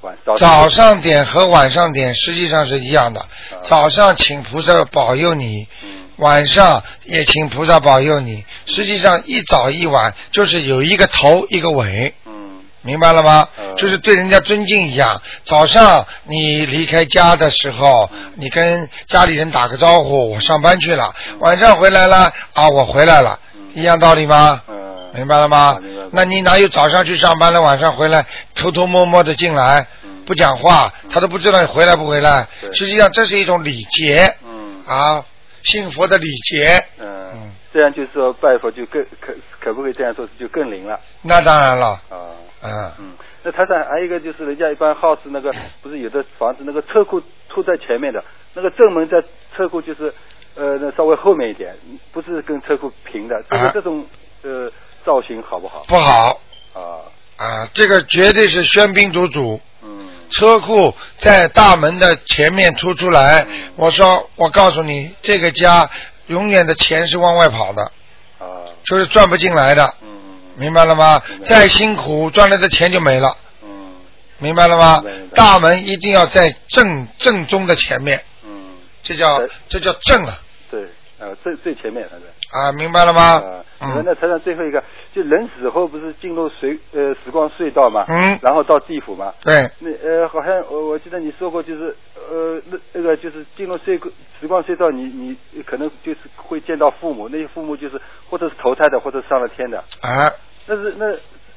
Speaker 6: 晚早晨
Speaker 1: 早上点和晚上点实际上是一样的，早上请菩萨保佑你，
Speaker 6: 啊嗯
Speaker 1: 晚上也请菩萨保佑你。实际上一早一晚就是有一个头一个尾，
Speaker 6: 嗯
Speaker 1: 明白了吗
Speaker 6: 嗯？
Speaker 1: 就是对人家尊敬一样。早上你离开家的时候，
Speaker 6: 嗯
Speaker 1: 你跟家里人打个招呼，我上班去了。
Speaker 6: 嗯
Speaker 1: 晚上回来了啊，我回来了，一样道理吗？
Speaker 6: 嗯
Speaker 1: 明白了吗
Speaker 6: 啊明白了？
Speaker 1: 那你哪有早上去上班了，晚上回来偷偷摸摸的进来
Speaker 6: 嗯，
Speaker 1: 不讲话，他都不知道你回来不回来。
Speaker 6: 对
Speaker 1: 实际上这是一种礼节
Speaker 6: 嗯
Speaker 1: 啊，信佛的礼节。
Speaker 6: 嗯
Speaker 1: 嗯，
Speaker 6: 这样就是说拜佛就更可可不可以这样说就更灵了
Speaker 1: 那当然了，
Speaker 6: 啊？
Speaker 1: 嗯，
Speaker 6: 嗯，那台长还有一个就是人家一般 house 那个不是有的房子那个车库凸在前面的，那个正门在车库就是呃那稍微后面一点，不是跟车库平的，这
Speaker 1: 啊
Speaker 6: 个这种呃造型好不好
Speaker 1: 不好
Speaker 6: 啊？
Speaker 1: 啊，这个绝对是喧宾夺主。
Speaker 6: 嗯
Speaker 1: 车库在大门的前面凸出来，
Speaker 6: 嗯
Speaker 1: 我说我告诉你，这个家永远的钱是往外跑的，
Speaker 6: 啊
Speaker 1: 就是赚不进来的，
Speaker 6: 嗯
Speaker 1: 明白了吗
Speaker 6: 明？白
Speaker 1: 再辛苦赚来的钱就没了。
Speaker 6: 嗯
Speaker 1: 明白了吗
Speaker 6: 明白明？白
Speaker 1: 大门一定要在正正中的前面，
Speaker 6: 嗯，
Speaker 1: 这叫
Speaker 6: 对
Speaker 1: 这叫正啊
Speaker 6: 对，呃最最前面反正。
Speaker 1: 啊，明白了吗
Speaker 6: 啊？，那
Speaker 1: 嗯
Speaker 6: 那台上最后一个，就人死后不是进入水呃时光隧道嘛，
Speaker 1: 嗯，
Speaker 6: 然后到地府嘛，
Speaker 1: 对，
Speaker 6: 那呃，好像我我记得你说过，就是呃，那那个就是进入隧时光隧道你，你可能就是会见到父母，那些父母就是或者是投胎的，或者是上了天的，
Speaker 1: 啊，
Speaker 6: 那是那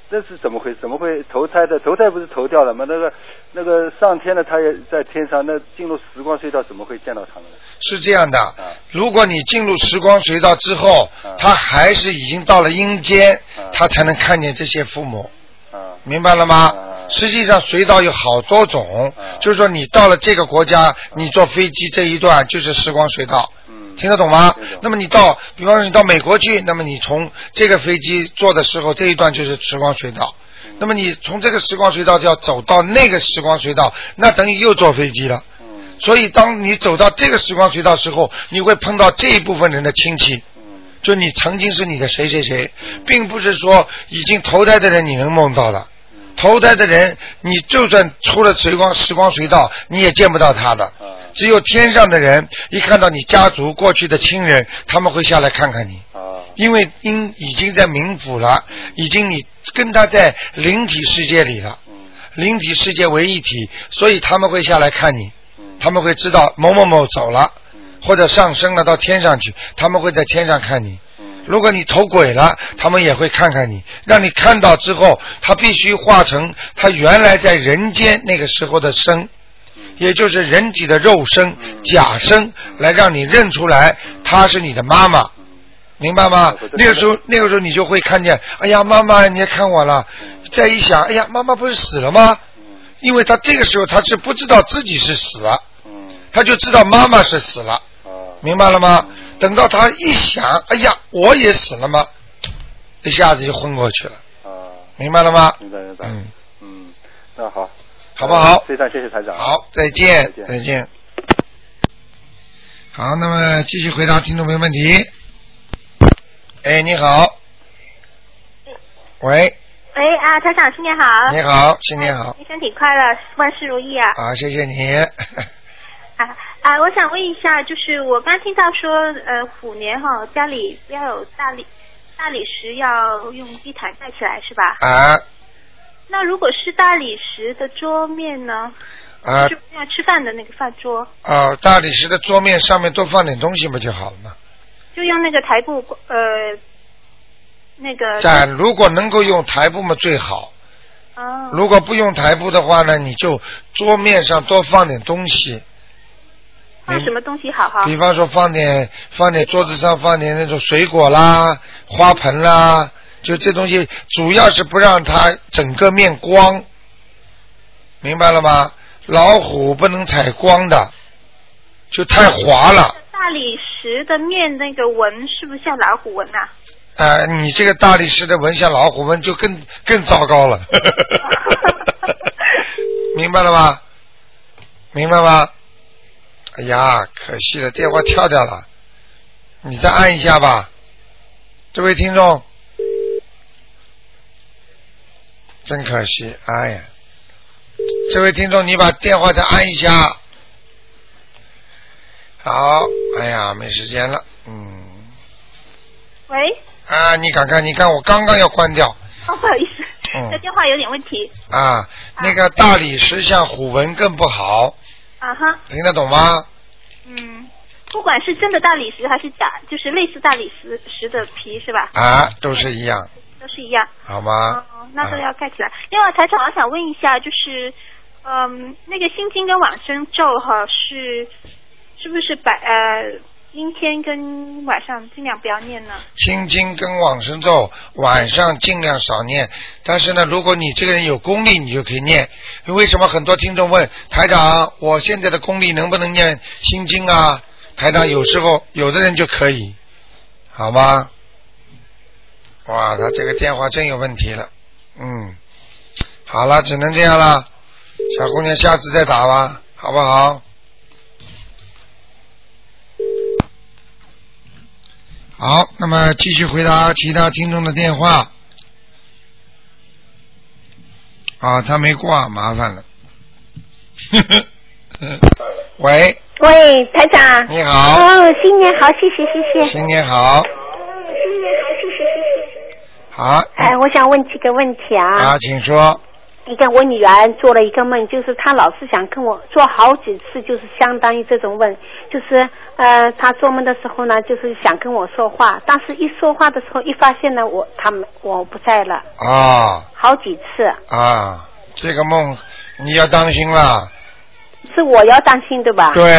Speaker 6: 那是怎么回事？怎么会投胎的？投胎不是投掉了吗？那个那个上天的他也在天上，那进入时光隧道怎么会见到他们呢？
Speaker 1: 是这样的
Speaker 6: 嗯。
Speaker 1: 如果你进入时光隧道之后
Speaker 6: 嗯，
Speaker 1: 他还是已经到了阴间
Speaker 6: 嗯，
Speaker 1: 他才能看见这些父母，
Speaker 6: 啊
Speaker 1: 明白了吗？
Speaker 6: 嗯
Speaker 1: 实际上隧道有好多种
Speaker 6: 嗯，
Speaker 1: 就是说你到了这个国家，你坐飞机这一段就是时光隧道。
Speaker 6: 嗯，
Speaker 1: 听得懂吗
Speaker 6: 听得懂？
Speaker 1: 那么你到，比方说你到美国去，那么你从这个飞机坐的时候，这一段就是时光隧道。
Speaker 6: 嗯
Speaker 1: 那么你从这个时光隧道就要走到那个时光隧道，那等于又坐飞机了。
Speaker 6: 嗯
Speaker 1: 所以当你走到这个时光隧道时候，你会碰到这一部分人的亲戚，
Speaker 6: 嗯
Speaker 1: 就你曾经是你的谁谁谁，并不是说已经投胎的人你能梦到的。
Speaker 6: 嗯
Speaker 1: 投胎的人，你就算出了时光时光隧道，你也见不到他的。
Speaker 6: 啊
Speaker 1: 只有天上的人一看到你家族过去的亲人，他们会下来看看你，
Speaker 6: 啊
Speaker 1: 因为因已经在冥府了，已经你跟他在灵体世界里了，
Speaker 6: 嗯
Speaker 1: 灵体世界为一体，所以他们会下来看你，
Speaker 6: 嗯
Speaker 1: 他们会知道某某某走了，
Speaker 6: 嗯
Speaker 1: 或者上升了到天上去，他们会在天上看你。
Speaker 6: 嗯
Speaker 1: 如果你投鬼了，他们也会看看你，让你看到之后，他必须化成他原来在人间那个时候的身，
Speaker 6: 嗯
Speaker 1: 也就是人体的肉身、假身，来让你认出来她是你的妈妈，明白吗
Speaker 6: 嗯？
Speaker 1: 那个时候，那个时候你就会看见，哎呀，妈妈，你也看我了。
Speaker 6: 嗯
Speaker 1: 再一想，哎呀，妈妈不是死了吗？因为他这个时候他是不知道自己是死了，
Speaker 6: 嗯
Speaker 1: 他就知道妈妈是死了。
Speaker 6: 啊
Speaker 1: 明白了吗？等到他一想，哎呀，我也死了吗？一下子就昏过去了，
Speaker 6: 啊，
Speaker 1: 明白了吗？
Speaker 6: 明白明白。
Speaker 1: 嗯，
Speaker 6: 嗯，那好，
Speaker 1: 好不好？
Speaker 6: 非常谢谢台长。
Speaker 1: 好，再见
Speaker 6: 再，见
Speaker 1: 再见。好，那么继续回答听众朋友问题。哎，你好。喂，
Speaker 7: 喂啊，台长，新年好！
Speaker 1: 你好，新年好
Speaker 7: 您身体快乐，万事如意啊！
Speaker 1: 啊，谢谢你。
Speaker 7: 啊啊，我想问一下，就是我刚听到说，呃，虎年哈、家里要有大理大理石要用地毯盖起来是吧？
Speaker 1: 啊
Speaker 7: 那如果是大理石的桌面呢？
Speaker 1: 啊
Speaker 7: 就是要吃饭的那个饭桌，
Speaker 1: 啊！大理石的桌面上面多放点东西不就好了吗？
Speaker 7: 就用那个台布呃那个
Speaker 1: 但如果能够用台布嘛最好，
Speaker 7: 哦
Speaker 1: 如果不用台布的话呢，你就桌面上多放点东西，
Speaker 7: 放什么东西好哈？
Speaker 1: 比方说放点放点桌子上放点那种水果啦、花盆啦，就这东西主要是不让它整个面光，明白了吗？老虎不能采光的，就太滑了。
Speaker 7: 大理石的面那个纹是不是像老虎纹啊呐、
Speaker 1: 呃，你这个大力士的纹像老虎纹就更更糟糕了，明白了吗？明白吗？哎呀，可惜了，电话跳掉了，你再按一下吧，这位听众，真可惜，哎呀，这位听众，你把电话再按一下，好，哎呀，没时间了，嗯。
Speaker 7: 喂，
Speaker 1: 啊，你看看，你看，我刚刚要关掉
Speaker 7: 哦，不好意思，
Speaker 1: 嗯
Speaker 7: 这电话有点问题。
Speaker 1: 啊。那个大理石像虎纹更不好，
Speaker 7: 啊哈，
Speaker 1: 听得懂吗？
Speaker 7: 嗯，不管是真的大理石还是假，就是类似大理石石的皮是吧？
Speaker 1: 啊，都是一样，
Speaker 7: 都是一样。
Speaker 1: 好吗？
Speaker 7: 哦，那都
Speaker 1: 啊
Speaker 7: 要盖起来。另外，台长，我想问一下，就是，嗯，那个心经跟往生咒哈是是不是白呃阴天跟晚上尽量不要念呢？
Speaker 1: 心经跟往生咒晚上尽量少念，但是呢，如果你这个人有功力，你就可以念。为什么很多听众问台长，我现在的功力能不能念心经啊？台长有时候有的人就可以，好吗？哇，他这个电话真有问题了，嗯，好了，只能这样了，小姑娘，下次再打吧，好不好？好，那么继续回答其他听众的电话。啊，他没挂，麻烦 了。嗯喂，
Speaker 8: 喂，台长。
Speaker 1: 你好，
Speaker 8: 哦，新年好，谢谢谢谢。
Speaker 1: 新年好，
Speaker 8: 新年好，嗯谢谢谢谢。
Speaker 1: 好
Speaker 8: 哎，我想问几个问题啊。
Speaker 1: 啊，请说
Speaker 8: 一个我女儿做了一个梦，就是她老是想跟我做好几次，就是相当于这种问，就是呃，她做梦的时候呢，就是想跟我说话，但是一说话的时候，一发现呢，我她没我不在了，
Speaker 1: 啊
Speaker 8: 好几次，
Speaker 1: 啊，这个梦你要当心了。
Speaker 8: 是我要担心对吧？
Speaker 1: 对，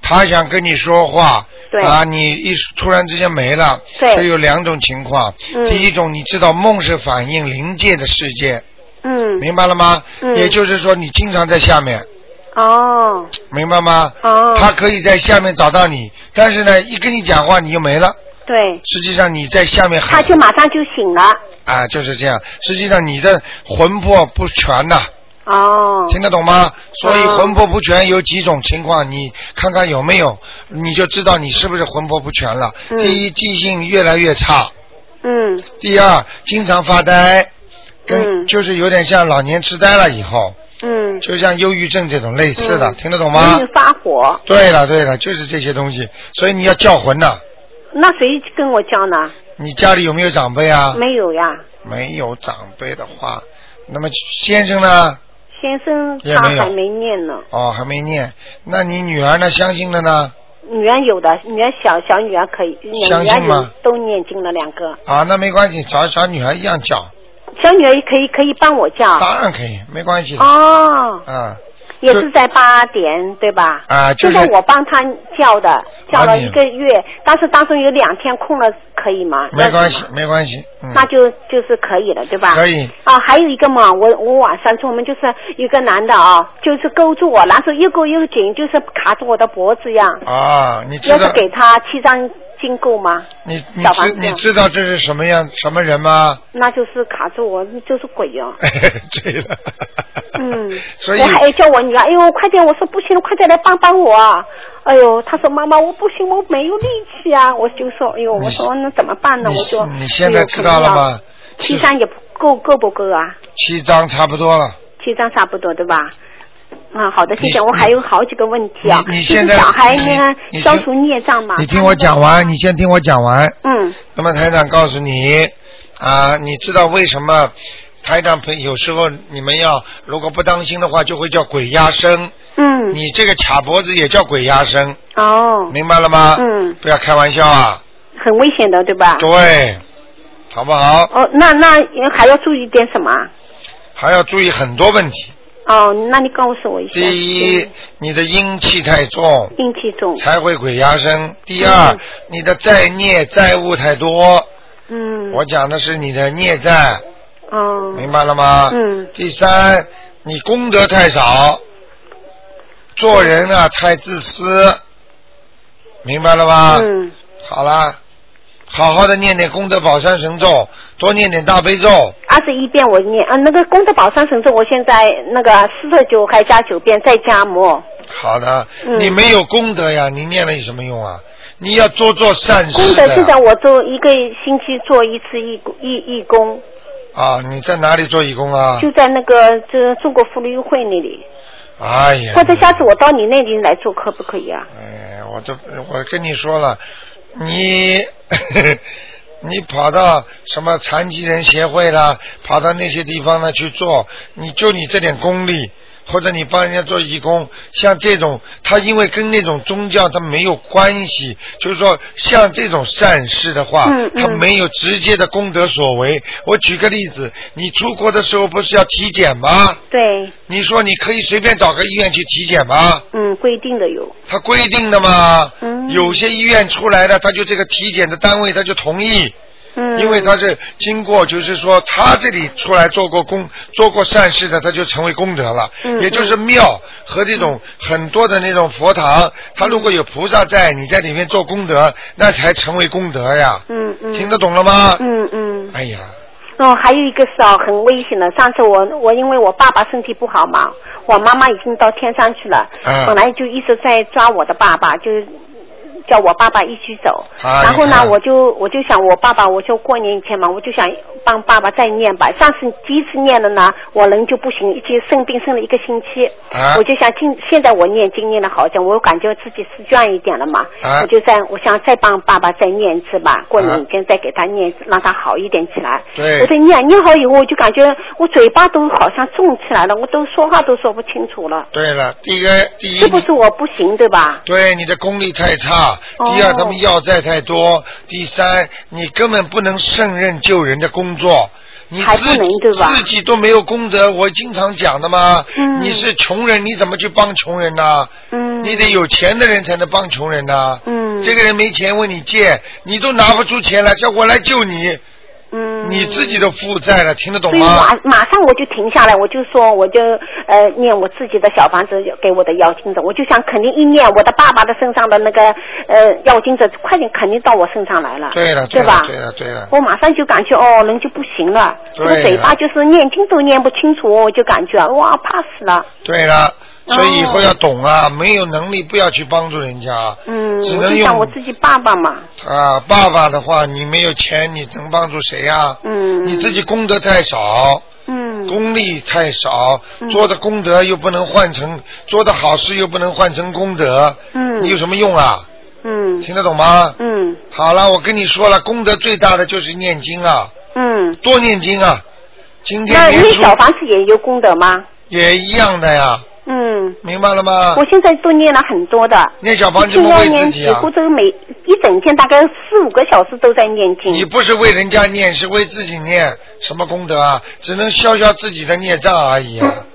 Speaker 1: 他想跟你说话，
Speaker 8: 对
Speaker 1: 啊，你一突然之间没了，
Speaker 8: 对
Speaker 1: 这有两种情况。
Speaker 8: 嗯
Speaker 1: 第一种，你知道梦是反映灵界的世界，
Speaker 8: 嗯，
Speaker 1: 明白了吗？
Speaker 8: 嗯
Speaker 1: 也就是说，你经常在下面，
Speaker 8: 哦
Speaker 1: 明白吗？
Speaker 8: 哦，
Speaker 1: 他可以在下面找到你，但是呢，一跟你讲话你就没了。
Speaker 8: 对，
Speaker 1: 实际上你在下面
Speaker 8: 她
Speaker 1: 喊
Speaker 8: 就马上就醒了，
Speaker 1: 啊，就是这样。实际上你的魂魄不全呐、
Speaker 8: 哦，
Speaker 1: 听得懂吗？所以
Speaker 8: 哦
Speaker 1: 魂魄不全有几种情况，你看看有没有，你就知道你是不是魂魄不全了。
Speaker 8: 嗯
Speaker 1: 第一，记性越来越差；
Speaker 8: 嗯
Speaker 1: 第二，经常发呆，跟、
Speaker 8: 嗯
Speaker 1: 就是有点像老年痴呆了以后，
Speaker 8: 嗯，
Speaker 1: 就像忧郁症这种类似的，
Speaker 8: 嗯
Speaker 1: 听得懂吗？
Speaker 8: 容易发火，
Speaker 1: 对了对了，就是这些东西，所以你要叫魂呐、
Speaker 8: 那谁跟我交呢？
Speaker 1: 你家里有没有长辈啊？
Speaker 8: 没有呀，
Speaker 1: 没有长辈的话，那么先生呢？
Speaker 8: 先生
Speaker 1: 也
Speaker 8: 他
Speaker 1: 没有
Speaker 8: 还没念呢。
Speaker 1: 哦，还没念。那你女儿呢？相信了呢？
Speaker 8: 女儿有的，女儿小小女儿可以，女
Speaker 1: 相
Speaker 8: 儿
Speaker 1: 信吗
Speaker 8: 有都念经了两个，
Speaker 1: 啊，那没关系，找小女孩一样叫，
Speaker 8: 小女儿也可以可以帮我叫。
Speaker 1: 当然可以，没关系的。
Speaker 8: 哦，
Speaker 1: 啊
Speaker 8: 也是在八点对吧？
Speaker 1: 啊，就是
Speaker 8: 是我帮她叫的，叫
Speaker 1: 啊
Speaker 8: 了
Speaker 1: 你
Speaker 8: 一个月，但是当中有两天空了，可以吗？
Speaker 1: 没关
Speaker 8: 要
Speaker 1: 系
Speaker 8: 紧，吗
Speaker 1: 没关系，嗯，
Speaker 8: 那就就是可以了，对吧？
Speaker 1: 可以
Speaker 8: 啊，还有一个嘛，我我晚上做梦就是有个男的啊，就是勾住我，然后又勾又紧，就是卡住我的脖子一样。
Speaker 1: 啊，你知
Speaker 8: 要
Speaker 1: 道
Speaker 8: 是给他七张经够吗？
Speaker 1: 你你
Speaker 8: 小房
Speaker 1: 知
Speaker 8: 子
Speaker 1: 你知道这是什么样什么人吗？
Speaker 8: 那就是卡住我，就是鬼哦。
Speaker 1: 对了，
Speaker 8: 嗯，
Speaker 1: 所以
Speaker 8: 我还叫我女儿，哎呦，快点！我说不行，快点来帮帮我啊！哎呦，她说妈妈，我不行，我没有力气啊！我就说，哎呦，我说那怎么办呢？我就哎
Speaker 1: 你现在知道了吗？？
Speaker 8: 七张也不够够不够啊？
Speaker 1: 七张差不多了。
Speaker 8: 七张差不多对吧？啊，好的，谢谢。我还有好几个问题啊，
Speaker 1: 你你
Speaker 8: 就是
Speaker 1: 现在
Speaker 8: 小孩呢
Speaker 1: 你你
Speaker 8: 消除孽障嘛？
Speaker 1: 你听我讲完，你先听我讲完。
Speaker 8: 嗯
Speaker 1: 那么台长告诉你，啊，你知道为什么台长朋有时候你们要如果不当心的话，就会叫鬼压身。
Speaker 8: 嗯，
Speaker 1: 你这个卡脖子也叫鬼压身，
Speaker 8: 哦，
Speaker 1: 明白了吗？
Speaker 8: 嗯，
Speaker 1: 不要开玩笑啊！
Speaker 8: 很危险的对吧？
Speaker 1: 对，好不好？
Speaker 8: 哦，那那还要注意点什么啊？
Speaker 1: 还要注意很多问题。
Speaker 8: 哦，那你告诉我一下。
Speaker 1: 第一，你的阴气太重，
Speaker 8: 阴气重，
Speaker 1: 才会鬼压身。第二，你的债孽债务太多。
Speaker 8: 嗯，
Speaker 1: 我讲的是你的孽债，
Speaker 8: 哦，
Speaker 1: 明白了吗？
Speaker 8: 嗯。
Speaker 1: 第三，你功德太少，做人啊太自私，明白了吧？
Speaker 8: 嗯。
Speaker 1: 好啦，好好的念念功德宝山神咒，多念点大悲咒。
Speaker 8: 二十一遍我念，啊，那个功德宝山神咒，我现在那个四十九还加九遍，再加魔。
Speaker 1: 好的，
Speaker 8: 嗯
Speaker 1: 你没有功德呀，你念了有什么用啊？你要多做善事
Speaker 8: 功德
Speaker 1: 的呀
Speaker 8: 现在我做一个星期做一次义工义义工，
Speaker 1: 啊！你在哪里做义工啊？
Speaker 8: 就在那个这中国妇女会那里，
Speaker 1: 哎呀，
Speaker 8: 或者下次我到你那里来做可不可以啊？
Speaker 1: 哎，我都我跟你说了，你 你跑到什么残疾人协会啦，跑到那些地方呢去做，你就你这点功力，或者你帮人家做义工，像这种，他因为跟那种宗教他没有关系，就是说像这种善事的话，
Speaker 8: 嗯嗯
Speaker 1: 他没有直接的功德所为。我举个例子，你出国的时候不是要体检吗？
Speaker 8: 对，
Speaker 1: 你说你可以随便找个医院去体检吗？
Speaker 8: 嗯，规定的有，
Speaker 1: 他规定的嘛，
Speaker 8: 嗯
Speaker 1: 有些医院出来的，他就这个体检的单位他就同意，
Speaker 8: 嗯，
Speaker 1: 因为他是经过，就是说他这里出来做过功、做过善事的，他就成为功德了。
Speaker 8: 嗯
Speaker 1: 也就是庙和这种很多的那种佛
Speaker 8: 嗯
Speaker 1: 堂，他如果有菩萨在，你在里面做功德，那才成为功德呀。
Speaker 8: 嗯嗯，
Speaker 1: 听得懂了吗？
Speaker 8: 嗯嗯。
Speaker 1: 哎呀，
Speaker 8: 哦，还有一个是啊，很危险的。上次我我因为我爸爸身体不好嘛，我妈妈已经到天上去了，
Speaker 1: 嗯
Speaker 8: 本来就一直在抓我的爸爸，就是叫我爸爸一起走。
Speaker 1: 啊
Speaker 8: 然后呢
Speaker 1: 你看，
Speaker 8: 我就我就想我爸爸，我就过年以前嘛，我就想帮爸爸再念吧。上次第一次念了呢，我人就不行，已经生病生了一个星期。
Speaker 1: 啊
Speaker 8: 我就想今现在我念经念的好一点，我感觉自己是壮一点了嘛。
Speaker 1: 啊
Speaker 8: 我就在我想再帮爸爸再念一次吧，过年以前再给他念一次，让他好一点起来。
Speaker 1: 对
Speaker 8: 我在念念好以后，我就感觉我嘴巴都好像重起来了，我都说话都说不清楚了。
Speaker 1: 对了，第一个第一，
Speaker 8: 是不是我不行，对吧？
Speaker 1: 对你的功力太差，
Speaker 8: 哦
Speaker 1: 第二他们要债太多，第三你根本不能胜任救人的工作。你
Speaker 8: 还
Speaker 1: 自
Speaker 8: 不能对吧
Speaker 1: 自己都没有功德，我经常讲的嘛。
Speaker 8: 嗯
Speaker 1: 你是穷人，你怎么去帮穷人呢？
Speaker 8: 嗯，
Speaker 1: 你得有钱的人才能帮穷人呢。
Speaker 8: 嗯，
Speaker 1: 这个人没钱问你借，你都拿不出钱来，叫我来救你，
Speaker 8: 嗯，
Speaker 1: 你自己都负债了，听得懂
Speaker 8: 所以
Speaker 1: 吗？
Speaker 8: 马马上我就停下来，我就说，我就呃念我自己的小房子给我的妖精者，我就想肯定一念我的爸爸的身上的那个呃妖精者，快点肯定到我身上来了，
Speaker 1: 对了，
Speaker 8: 对
Speaker 1: 了
Speaker 8: 吧，？
Speaker 1: 对了，对了。
Speaker 8: 我马上就感觉哦，人就不行了，这
Speaker 1: 对
Speaker 8: 个嘴巴
Speaker 1: 了
Speaker 8: 就是念经都念不清楚，我就感觉哇怕死了，
Speaker 1: 对了，所以以后
Speaker 8: 哦
Speaker 1: 要懂啊，没有能力不要去帮助人家，
Speaker 8: 嗯，
Speaker 1: 只
Speaker 8: 我
Speaker 1: 能
Speaker 8: 就
Speaker 1: 用
Speaker 8: 想我自己爸爸嘛，
Speaker 1: 啊，爸爸的话，你没有钱，你能帮助谁呀、
Speaker 8: 嗯，
Speaker 1: 你自己功德太少，
Speaker 8: 嗯
Speaker 1: 功力太少，
Speaker 8: 嗯
Speaker 1: 做的功德又不能换成做的好事，又不能换成功德，
Speaker 8: 嗯
Speaker 1: 你有什么用啊？
Speaker 8: 嗯
Speaker 1: 听得懂吗？
Speaker 8: 嗯
Speaker 1: 好了，我跟你说了，功德最大的就是念经啊，
Speaker 8: 嗯，
Speaker 1: 多念经啊。今天
Speaker 8: 那
Speaker 1: 年
Speaker 8: 念
Speaker 1: 初
Speaker 8: 小房子也有功德吗？
Speaker 1: 也一样的呀，
Speaker 8: 嗯，
Speaker 1: 明白了吗
Speaker 8: 我？现在都念了很多的。
Speaker 1: 念啊小房子
Speaker 8: 现
Speaker 1: 不
Speaker 8: 在
Speaker 1: 为
Speaker 8: 念
Speaker 1: 自己
Speaker 8: 几
Speaker 1: 啊
Speaker 8: 乎，都每一整天大概四五个小时都在念
Speaker 1: 你
Speaker 8: 经。
Speaker 1: 不是为人家念，是为自己念，什么功德啊？只能消消自己的孽障而已啊。听得
Speaker 8: 嗯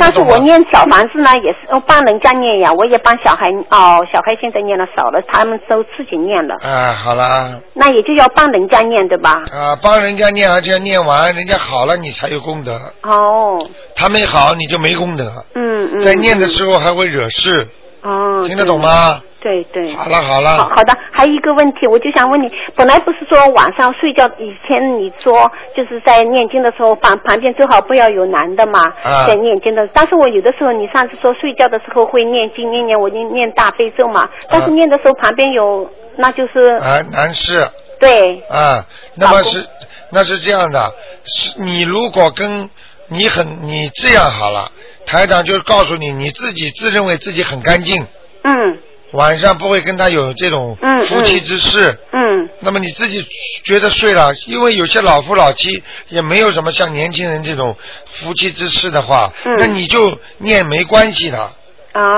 Speaker 8: 但是
Speaker 1: 懂
Speaker 8: 我
Speaker 1: 吗？
Speaker 8: 念小房子呢，也是哦帮人家念呀，我也帮小孩哦，小孩现在念的少了，他们都自己念了，
Speaker 1: 啊，好啦，
Speaker 8: 那也就要帮人家念对吧？
Speaker 1: 啊，帮人家念，而且念完人家好了，你才有功德；
Speaker 8: 哦，
Speaker 1: 他没好，你就没功德。
Speaker 8: 嗯嗯。
Speaker 1: 在念的时候还会惹事，
Speaker 8: 哦，
Speaker 1: 听得懂吗？
Speaker 8: 对？对对。
Speaker 1: 好了好了
Speaker 8: 好好的，还有一个问题，我就想问你，本来不是说晚上睡觉以前你说就是在念经的时候旁旁边最好不要有男的嘛，
Speaker 9: 啊
Speaker 8: 在念经的。但是我有的时候，你上次说睡觉的时候会念经念念，我就念大悲咒嘛。但是念的时候旁边有，那就是、
Speaker 1: 啊，男士
Speaker 8: 对
Speaker 1: 啊，那么是那是这样的，是你如果跟你很你这样好了，台长就告诉你，你自己自认为自己很干净，
Speaker 8: 嗯
Speaker 1: 晚上不会跟他有这种
Speaker 8: 嗯
Speaker 1: 夫妻之事，
Speaker 8: 嗯
Speaker 1: 那么你自己觉得睡了，因为有些老夫老妻也没有什么像年轻人这种夫妻之事的话，
Speaker 9: 嗯
Speaker 1: 那你就念没关系的。
Speaker 8: 啊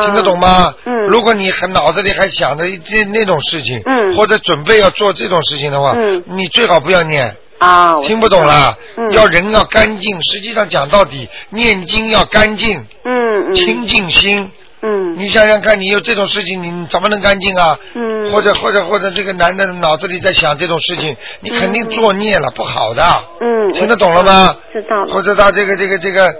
Speaker 1: 听得懂吗？
Speaker 9: 嗯
Speaker 1: 如果你还脑子里还想着一这那种事情，
Speaker 9: 嗯
Speaker 1: 或者准备要做这种事情的话，
Speaker 9: 嗯
Speaker 1: 你最好不要念。
Speaker 8: 啊，我
Speaker 1: 听不懂啦，
Speaker 8: 嗯
Speaker 1: 要人要干净。实际上讲到底，念经要干净，
Speaker 8: 嗯嗯
Speaker 1: 清净心。
Speaker 8: 嗯，
Speaker 1: 你想想看，你有这种事情，你你怎么能干净啊？
Speaker 8: 嗯
Speaker 1: 或者或者或者这个男的脑子里在想这种事情，你肯定作孽了，不好的。
Speaker 8: 嗯，
Speaker 1: 听得懂了吗？
Speaker 8: 知道了。
Speaker 1: 或者他这个这个这个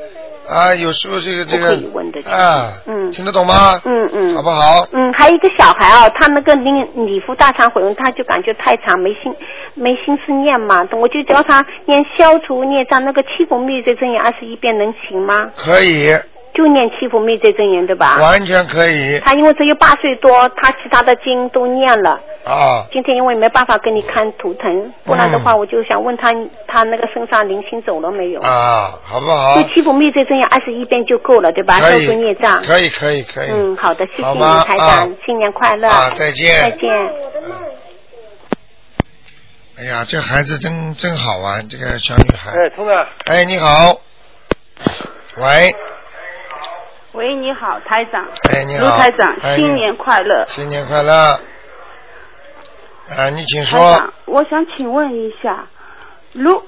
Speaker 1: 啊，有时候这个这
Speaker 8: 不可
Speaker 1: 个
Speaker 8: 以
Speaker 1: 啊，
Speaker 8: 嗯
Speaker 1: 听得懂吗？
Speaker 8: 嗯嗯，
Speaker 1: 好不好？
Speaker 8: 嗯，还有一个小孩啊，他那个礼礼服大忏悔文，他就感觉太长，没心没心思念嘛。我就教他念消除孽障那个七佛灭罪真言二十一遍，能行吗？
Speaker 1: 可以，
Speaker 8: 就念七佛灭罪真言，对
Speaker 10: 啊
Speaker 8: 吧？
Speaker 1: 完全可以
Speaker 8: 他因为只有八岁多，他其他的经都念了。
Speaker 1: 啊。
Speaker 8: 今天因为没办法给你看图腾，不然的话，
Speaker 1: 嗯
Speaker 8: 我就想问他，他那个身上灵性走了没有？
Speaker 1: 啊，好不好
Speaker 8: 就？七佛灭罪真言二十一遍就够了，对吧？消
Speaker 1: 可以
Speaker 8: 除孽障。
Speaker 1: 可以，可以，可以。
Speaker 8: 嗯，好的，谢谢
Speaker 1: 好
Speaker 8: 你，
Speaker 1: 吗
Speaker 8: 台
Speaker 1: 啊
Speaker 8: 长，新年快乐。
Speaker 1: 啊再见
Speaker 8: 再见。
Speaker 1: 哎呀，这孩子真真好玩，这个小女孩。
Speaker 10: 哎，通长，
Speaker 1: 哎，你好。喂，
Speaker 10: 喂，你好，台长，
Speaker 1: 哎，你
Speaker 10: 卢
Speaker 1: 好。
Speaker 10: 台长，
Speaker 1: 哎
Speaker 10: 新年快乐。
Speaker 1: 新年快乐。啊，你请
Speaker 10: 台
Speaker 1: 说
Speaker 10: 长，。我想请问一下，如，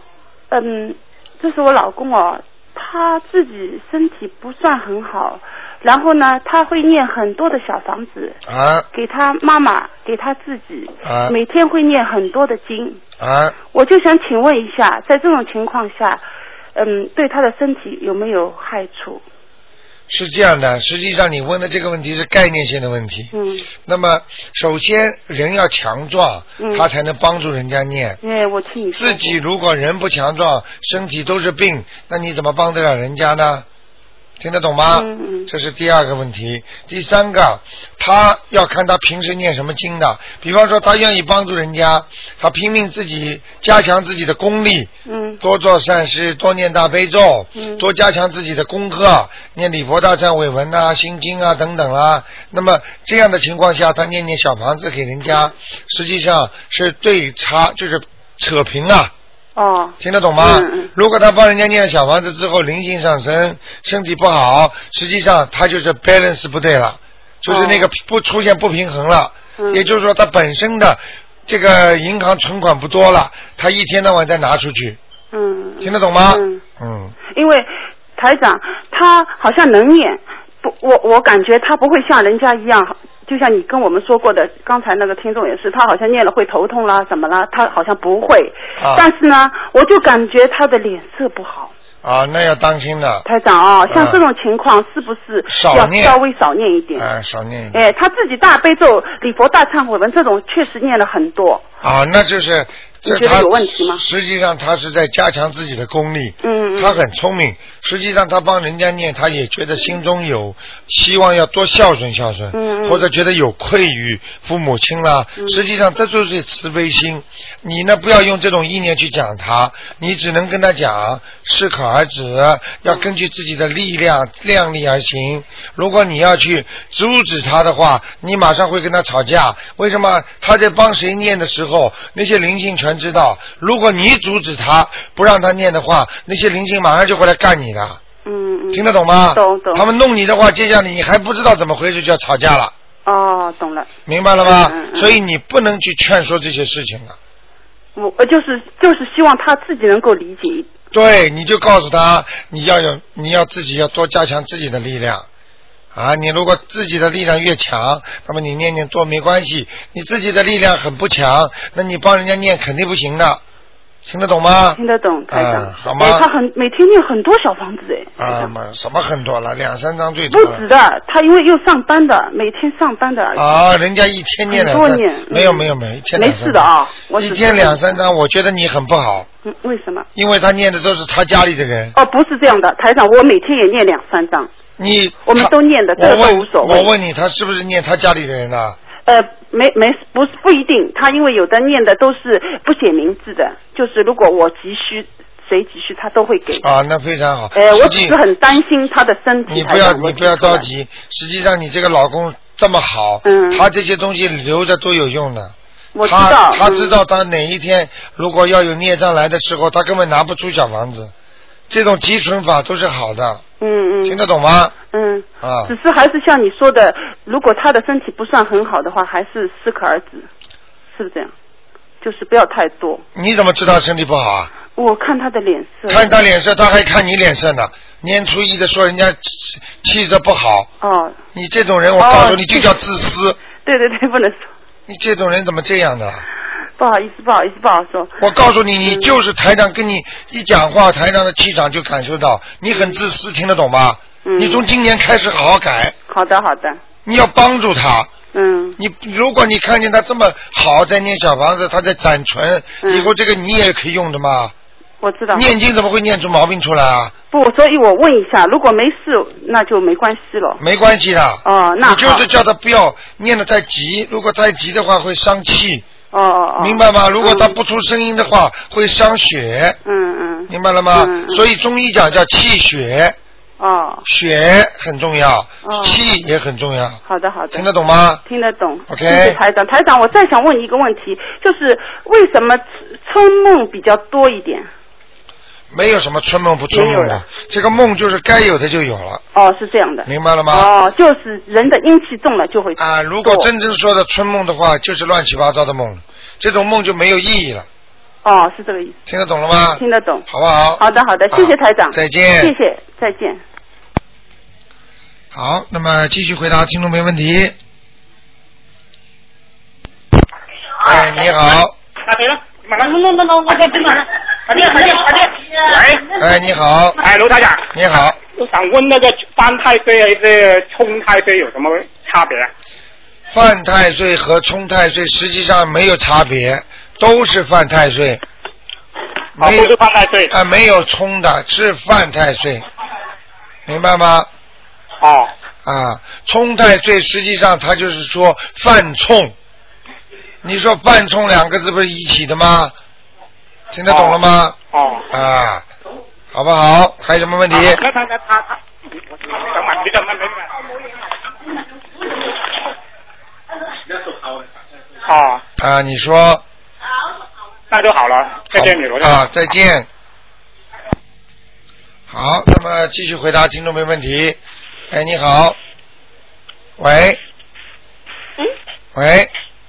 Speaker 10: 嗯，这是我老公哦，他自己身体不算很好，然后呢，他会念很多的小房子
Speaker 1: 啊
Speaker 10: 给他妈妈，给他自己，
Speaker 1: 啊
Speaker 10: 每天会念很多的经。
Speaker 1: 啊！
Speaker 10: 我就想请问一下，在这种情况下，嗯，对他的身体有没有害处？
Speaker 1: 是这样的，实际上你问的这个问题是概念性的问题。
Speaker 10: 嗯。
Speaker 1: 那么，首先人要强壮，
Speaker 10: 嗯
Speaker 1: 他才能帮助人家念。
Speaker 10: 哎，我听你说
Speaker 1: 自己如果人不强壮，身体都是病，那你怎么帮得了人家呢？听得懂吗？
Speaker 9: 嗯嗯
Speaker 1: 这是第二个问题。第三个，他要看他平时念什么经的。比方说，他愿意帮助人家，他拼命自己加强自己的功力，
Speaker 10: 嗯
Speaker 1: 多做善事，多念大悲咒，
Speaker 10: 嗯
Speaker 1: 多加强自己的功课，念礼佛大忏悔文呐、心经啊等等啦、那么这样的情况下，他念念小房子给人
Speaker 10: 嗯
Speaker 1: 家，实际上是对差，就是扯平啊。
Speaker 10: 哦，
Speaker 1: 听得懂吗？如果他帮人家念小房子之后，灵性上升，身体不好，实际上他就是 balance 不对了，就是那个不出现不平衡了。
Speaker 10: 哦嗯
Speaker 1: 也就是说，他本身的这个银行存款不多了，他一天到晚再拿出去，
Speaker 10: 嗯，
Speaker 1: 听得懂吗？
Speaker 10: 嗯
Speaker 1: 嗯，
Speaker 10: 因为台长他好像能念，不，我我感觉他不会像人家一样，就像你跟我们说过的，刚才那个听众也是，他好像念了会头痛啦，怎么啦？他好像不会，
Speaker 1: 啊
Speaker 10: 但是呢，我就感觉他的脸色不好。
Speaker 1: 啊，那要当心了，
Speaker 10: 台长啊，像
Speaker 1: 嗯
Speaker 10: 这种情况是不是
Speaker 1: 少
Speaker 10: 要
Speaker 1: 念
Speaker 10: 稍微少念一点？
Speaker 1: 啊，少念一点。
Speaker 10: 哎，他自己大悲咒、礼佛大忏悔文这种确实念了很多。
Speaker 1: 啊，那就是
Speaker 10: 你
Speaker 1: 这
Speaker 10: 觉得
Speaker 1: 他
Speaker 10: 有问题吗
Speaker 1: 实际上他是在加强自己的功力。
Speaker 10: 嗯嗯
Speaker 1: 他很聪明，实际上他帮人家念，他也觉得心中有希望要多孝顺孝顺，
Speaker 9: 嗯嗯
Speaker 1: 或者觉得有愧于父母亲啦。
Speaker 9: 嗯
Speaker 1: 实际上这就是慈悲心。你呢，不要用这种意念去讲他，你只能跟他讲适可而止，
Speaker 10: 嗯
Speaker 1: 要根据自己的力量量力而行。如果你要去阻止他的话，你马上会跟他吵架。为什么？他在帮谁念的时候，那些灵性全知道。如果你阻止他不让他念的话，那些灵性马上就会来干你的。
Speaker 10: 嗯嗯。
Speaker 1: 听得懂吗？
Speaker 10: 懂懂。
Speaker 1: 他们弄你的话，接下来你还不知道怎么回事就要吵架了，
Speaker 10: 哦，懂了。
Speaker 1: 明白了吗？
Speaker 10: 嗯嗯嗯
Speaker 1: 所以你不能去劝说这些事情啊的。
Speaker 10: 我我就是就是希望他自己能够理解。
Speaker 1: 对，你就告诉他，你要有，你要自己要多加强自己的力量。啊，你如果自己的力量越强，那么你念念多没关系。你自己的力量很不强，那你帮人家念肯定不行的。听得懂吗？
Speaker 10: 听得懂，台长。
Speaker 1: 嗯啊好吗
Speaker 10: 哎，他很每天念很多小房子哎，
Speaker 1: 啊嘛，什么很多了，两三张最多
Speaker 10: 不
Speaker 1: 了。
Speaker 10: 止的，他因为又上班的，每天上班的。
Speaker 1: 啊，人家一天念两
Speaker 10: 很多
Speaker 1: 三
Speaker 10: 念，嗯
Speaker 1: 没有没有没有，一天
Speaker 10: 没
Speaker 1: 两三
Speaker 10: 事的啊我只
Speaker 1: 一
Speaker 10: 是
Speaker 1: 天两三张，我觉得你很不好，
Speaker 10: 嗯，为什么？
Speaker 1: 因为他念的都是他家里的人。
Speaker 10: 哦，不是这样的，台长，我每天也念两三张。
Speaker 1: 你
Speaker 10: 我们都念的，这
Speaker 1: 我
Speaker 10: 个
Speaker 1: 问
Speaker 10: 都无所谓。
Speaker 1: 我问你，他是不是念他家里的人啊呢？
Speaker 10: 呃，没没，不是不一定，他因为有的念的都是不写名字的，就是如果我急需谁急需，他都会给。
Speaker 1: 啊，那非常好。
Speaker 10: 呃，我
Speaker 1: 实
Speaker 10: 只
Speaker 1: 际
Speaker 10: 是很担心他的身体。
Speaker 1: 你不要
Speaker 10: 台长
Speaker 1: 你不要着。急，实际上你这个老公这么好，他这些东西留着都有用的。
Speaker 10: 嗯我知
Speaker 1: 他
Speaker 10: 道
Speaker 1: 他
Speaker 10: 嗯
Speaker 1: 知道他哪一天如果要有孽障来的时候，他根本拿不出小房子。这种积存法都是好的，
Speaker 10: 嗯嗯。
Speaker 1: 听得懂吗？
Speaker 10: 嗯，
Speaker 1: 啊，
Speaker 10: 只是还是像你说的，如果他的身体不算很好的话，还是适可而止，是不是这样？就是不要太多。
Speaker 1: 你怎么知道身体不好啊？
Speaker 10: 我看他的脸色。
Speaker 1: 看他脸色，他还看你脸色呢。年初一的说人家气气色不好，
Speaker 10: 哦，
Speaker 1: 你这种人，我告诉你就叫自私。
Speaker 10: 对对对，不能说。
Speaker 1: 你这种人怎么这样的？啊
Speaker 10: 不好意思，不好意思，不好说。嗯
Speaker 1: 我告诉你，你就是台长跟你一讲话，台长的气场就感受到你很自私，听得懂吗？
Speaker 10: 嗯
Speaker 1: 你从今年开始好好改，
Speaker 10: 好的，好的。
Speaker 1: 你要帮助他。
Speaker 10: 嗯。
Speaker 1: 你如果你看见他这么好，在念小房子，他在攒存，以后这个你也可以用的嘛。
Speaker 10: 嗯我知道。
Speaker 1: 念经怎么会念出毛病出来啊？
Speaker 10: 不，所以我问一下，如果没事，那就没关系了。
Speaker 1: 没关系的。
Speaker 10: 哦那
Speaker 1: 你就
Speaker 10: 好
Speaker 1: 是叫他不要念的太急，如果太急的话会伤气，
Speaker 10: 哦哦哦。
Speaker 1: 明白吗？如果他不出声音的话，会伤血，
Speaker 10: 嗯嗯。
Speaker 1: 明白了吗？所以中医讲叫气血，
Speaker 10: 哦，
Speaker 1: 血很重要，
Speaker 10: 哦
Speaker 1: 气也很重要。
Speaker 10: 好的好的。
Speaker 1: 听得懂吗？
Speaker 10: 听得懂。
Speaker 1: OK
Speaker 10: 谢谢台长，台长，我再想问一个问题，就是为什么春梦比较多一点？
Speaker 1: 没有什么春梦不春梦
Speaker 10: 没有
Speaker 1: 的，这个梦就是该有的就有了，
Speaker 10: 哦，是这样的。
Speaker 1: 明白了吗？
Speaker 10: 哦，就是人的阴气重了就会
Speaker 1: 啊，如果真正说的春梦的话，就是乱七八糟的梦，这种梦就没有意义了，
Speaker 10: 哦，是这个意思。
Speaker 1: 听得懂了吗？
Speaker 10: 嗯听得懂。
Speaker 1: 好不好？
Speaker 10: 好的好的，谢谢台长。
Speaker 1: 再见
Speaker 10: 谢谢，再见。
Speaker 1: 好，那么继续回答听众没问题。哎，你好，
Speaker 5: 啊，对了，马上，弄弄弄弄，我在这马上，快点快点快点，喂，
Speaker 1: 哎，你好，
Speaker 5: 哎，卢台长，
Speaker 1: 你好，
Speaker 5: 我想问那个翻太岁还是冲太岁有什么差别？
Speaker 1: 犯太岁和冲太岁实际上没有差别，都是犯太岁。
Speaker 5: 啊，
Speaker 1: 没
Speaker 5: 都
Speaker 1: 有
Speaker 5: 是犯太岁。
Speaker 1: 啊，没有冲的，是犯太岁，明白吗？
Speaker 5: 哦，
Speaker 1: 啊，冲太岁实际上他就是说犯冲。你说犯冲两个字不是一起的吗？听得懂了吗？
Speaker 5: 哦。
Speaker 1: 啊，好不好？还有什么问题？
Speaker 5: 啊那他那他他，你等会儿你等会儿等会儿哦，
Speaker 1: 啊，你说
Speaker 5: 那就好了，再见你罗台长。
Speaker 1: 啊，再见。好，那么继续回答听众没问题。哎，你好，喂，
Speaker 9: 嗯，
Speaker 1: 喂，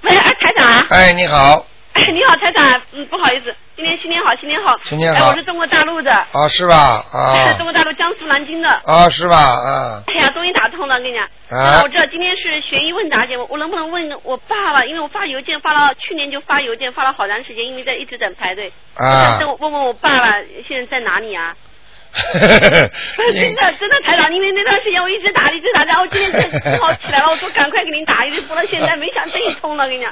Speaker 9: 喂，哎，台长啊，
Speaker 1: 哎，你好，
Speaker 9: 哎，你好，台长啊，嗯，不好意思，今天新年好，新年好，
Speaker 1: 新年好
Speaker 9: 哎，我是中国大陆的，
Speaker 1: 啊，是吧？
Speaker 9: 是
Speaker 1: 啊
Speaker 9: 中，国大陆江苏南京的，
Speaker 1: 啊，是吧？啊，
Speaker 9: 哎呀，终于打通了，跟你讲，
Speaker 1: 啊
Speaker 9: 我这今天是悬疑问答节目，我能不能问我爸爸？因为我发邮件发了，去年就发邮件发了好长时间，因为在一直等排队，我
Speaker 1: 啊
Speaker 9: 想，等我问问我爸爸现在在哪里啊？真
Speaker 1: 应
Speaker 9: 的真的，台长，因为那段时间我一直打，一直打，然后今天正好起来了，我说赶快给您打，一直拨到现在，没想真通了，跟你讲，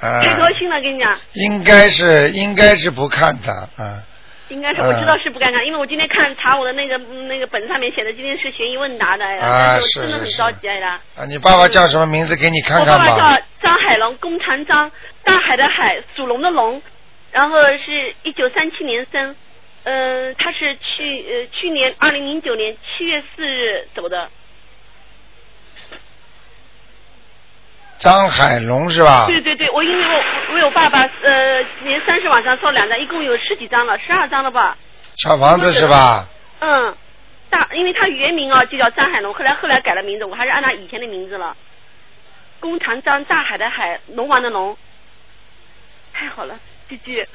Speaker 1: 啊，
Speaker 9: 太高兴了，跟你讲。
Speaker 1: 应该是应该是不看的啊，
Speaker 9: 应该是
Speaker 1: 嗯
Speaker 9: 我知道是不干啥，因为我今天看查我的那个嗯那个本上面写的今天是悬疑问答的，哎呀
Speaker 1: 啊
Speaker 9: 但
Speaker 1: 是
Speaker 9: 我真的很
Speaker 1: 是是
Speaker 9: 着急哎呀。
Speaker 1: 啊，你爸爸叫什么名字？给你看
Speaker 9: 我
Speaker 1: 看
Speaker 9: 爸爸
Speaker 1: 吧。
Speaker 9: 叫张海龙，弓长张，大海的海，属龙的龙，然后是一九三七年生，嗯、他是去呃去年二零零九年七月四日走的，
Speaker 1: 张海龙是吧？
Speaker 9: 对对对，我因为我我有爸爸呃年三十晚上烧两张，一共有十几张了，十二张了吧，
Speaker 1: 小房子是吧？
Speaker 9: 嗯，大，因为他原名啊就叫张海龙，后来后来改了名字，我还是按他以前的名字了。弓长张，大海的海，龙王的龙。太好了，姐姐，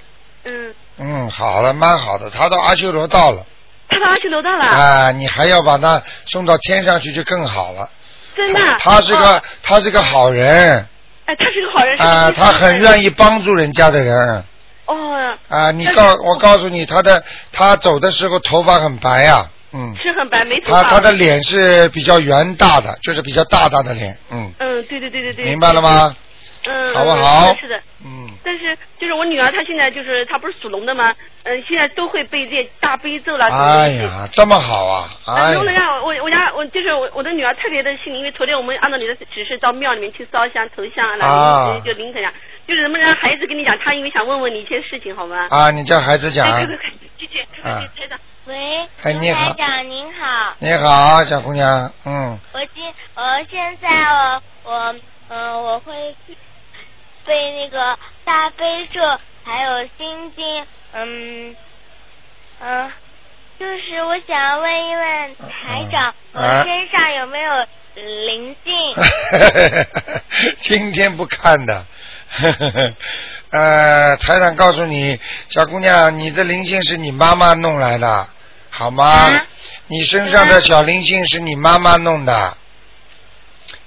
Speaker 9: 嗯，
Speaker 1: 嗯，好了，蛮好的，他到阿修罗道了
Speaker 9: 他把阿修罗到了，
Speaker 1: 啊，你还要把他送到天上去就更好了。
Speaker 9: 真的啊。
Speaker 1: 他是个
Speaker 9: 哦
Speaker 1: 他是个好人
Speaker 9: 哎，他是个好人。是个
Speaker 1: 啊，
Speaker 9: 非常
Speaker 1: 他很愿意帮助人家的人。
Speaker 9: 哦，
Speaker 1: 啊，你
Speaker 9: 但是
Speaker 1: 告我告诉你，他的他走的时候头发很白啊，嗯，
Speaker 9: 是很白，没头
Speaker 1: 他
Speaker 9: 发。
Speaker 1: 他的脸是比较圆大的，就是比较大大的脸，嗯，
Speaker 9: 嗯，对对对对对。
Speaker 1: 明白了吗？
Speaker 9: 嗯，
Speaker 1: 好不好
Speaker 9: 是的，是的
Speaker 1: 嗯。
Speaker 9: 但是就是我女儿，她现在就是她不是属龙的吗？嗯，现在都会背这大悲咒了。
Speaker 1: 哎呀，这么好啊，哎
Speaker 9: 能不能
Speaker 1: 呀，
Speaker 9: 让我我我家我就是我我的女儿特别的幸运，因为昨天我们按照你的指示到庙里面去烧香头香啊，然后
Speaker 1: 啊
Speaker 9: 就灵腾呀，就是能不能让孩子跟你讲，她因为想问问你一些事情好吗？
Speaker 1: 啊，你叫孩子讲，
Speaker 9: 哎快快快，继续，快快
Speaker 1: 啊
Speaker 9: 快，台长。
Speaker 11: 喂，
Speaker 1: 哎你好
Speaker 11: 台长您好，
Speaker 1: 你好，小姑娘，嗯，
Speaker 11: 我今呃现在我我呃我会呃背那个大悲咒，还有心经，嗯嗯、就是我想问一问台长，
Speaker 1: 啊
Speaker 11: 我身上有没有灵 性？
Speaker 1: 今天不看的。 呃，台长告诉你，小姑娘，你的灵性是你妈妈弄来的，好吗？你身上的小灵性是你妈妈弄的，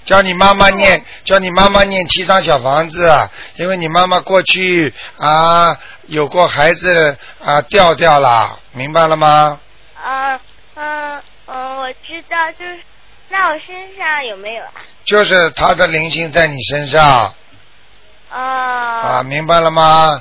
Speaker 1: 叫你妈妈念，叫你妈妈念七张小房子，啊因为你妈妈过去啊有过孩子啊掉掉了，明白了吗？
Speaker 11: 嗯嗯嗯，我知道，就是那我身上有没有啊？
Speaker 1: 就是她的灵性在你身上。啊，明白了吗？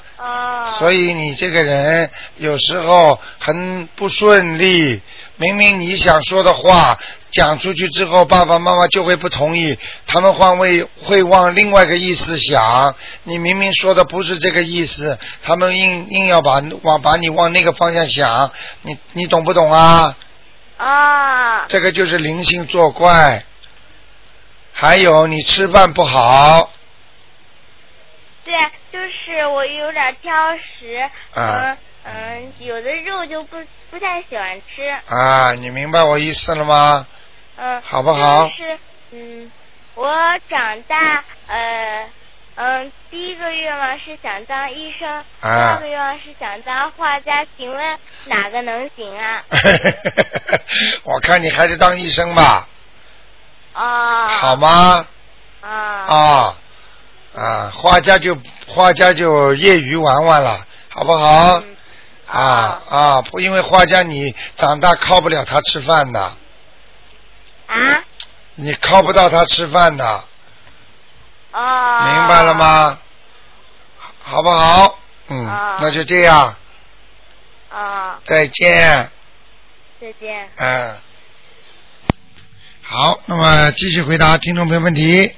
Speaker 1: 所以你这个人有时候很不顺利，明明你想说的话讲出去之后，爸爸妈妈就会不同意，他们换位会往另外一个意思想。你明明说的不是这个意思，他们硬硬要把往把你往那个方向想，你你懂不懂啊？
Speaker 11: 啊，
Speaker 1: 这个就是灵性作怪。还有你吃饭不好，
Speaker 11: 对，就是我有点挑食，
Speaker 1: 啊
Speaker 11: 嗯嗯，有的肉就不不太喜欢吃，
Speaker 1: 啊，你明白我意思了吗？
Speaker 11: 嗯，
Speaker 1: 好不好
Speaker 11: 就是嗯，我长大呃嗯，第一个愿望是想当医生，第
Speaker 1: 啊
Speaker 11: 二个愿望是想当画家，请问哪个能行啊？
Speaker 1: 我看你还是当医生吧，
Speaker 11: 哦，
Speaker 1: 好吗？
Speaker 11: 啊
Speaker 1: 啊啊，画家就画家就业余玩玩了，好不好？
Speaker 11: 嗯
Speaker 1: 啊啊，不，因为画家你长大靠不了他吃饭的。啊？
Speaker 11: 啊
Speaker 1: 你靠不到他吃饭的。啊。明白了吗？好不好？嗯，那就这样，
Speaker 11: 啊，
Speaker 1: 再见。
Speaker 11: 再见。
Speaker 1: 嗯，好，那么继续回答听众朋友问题。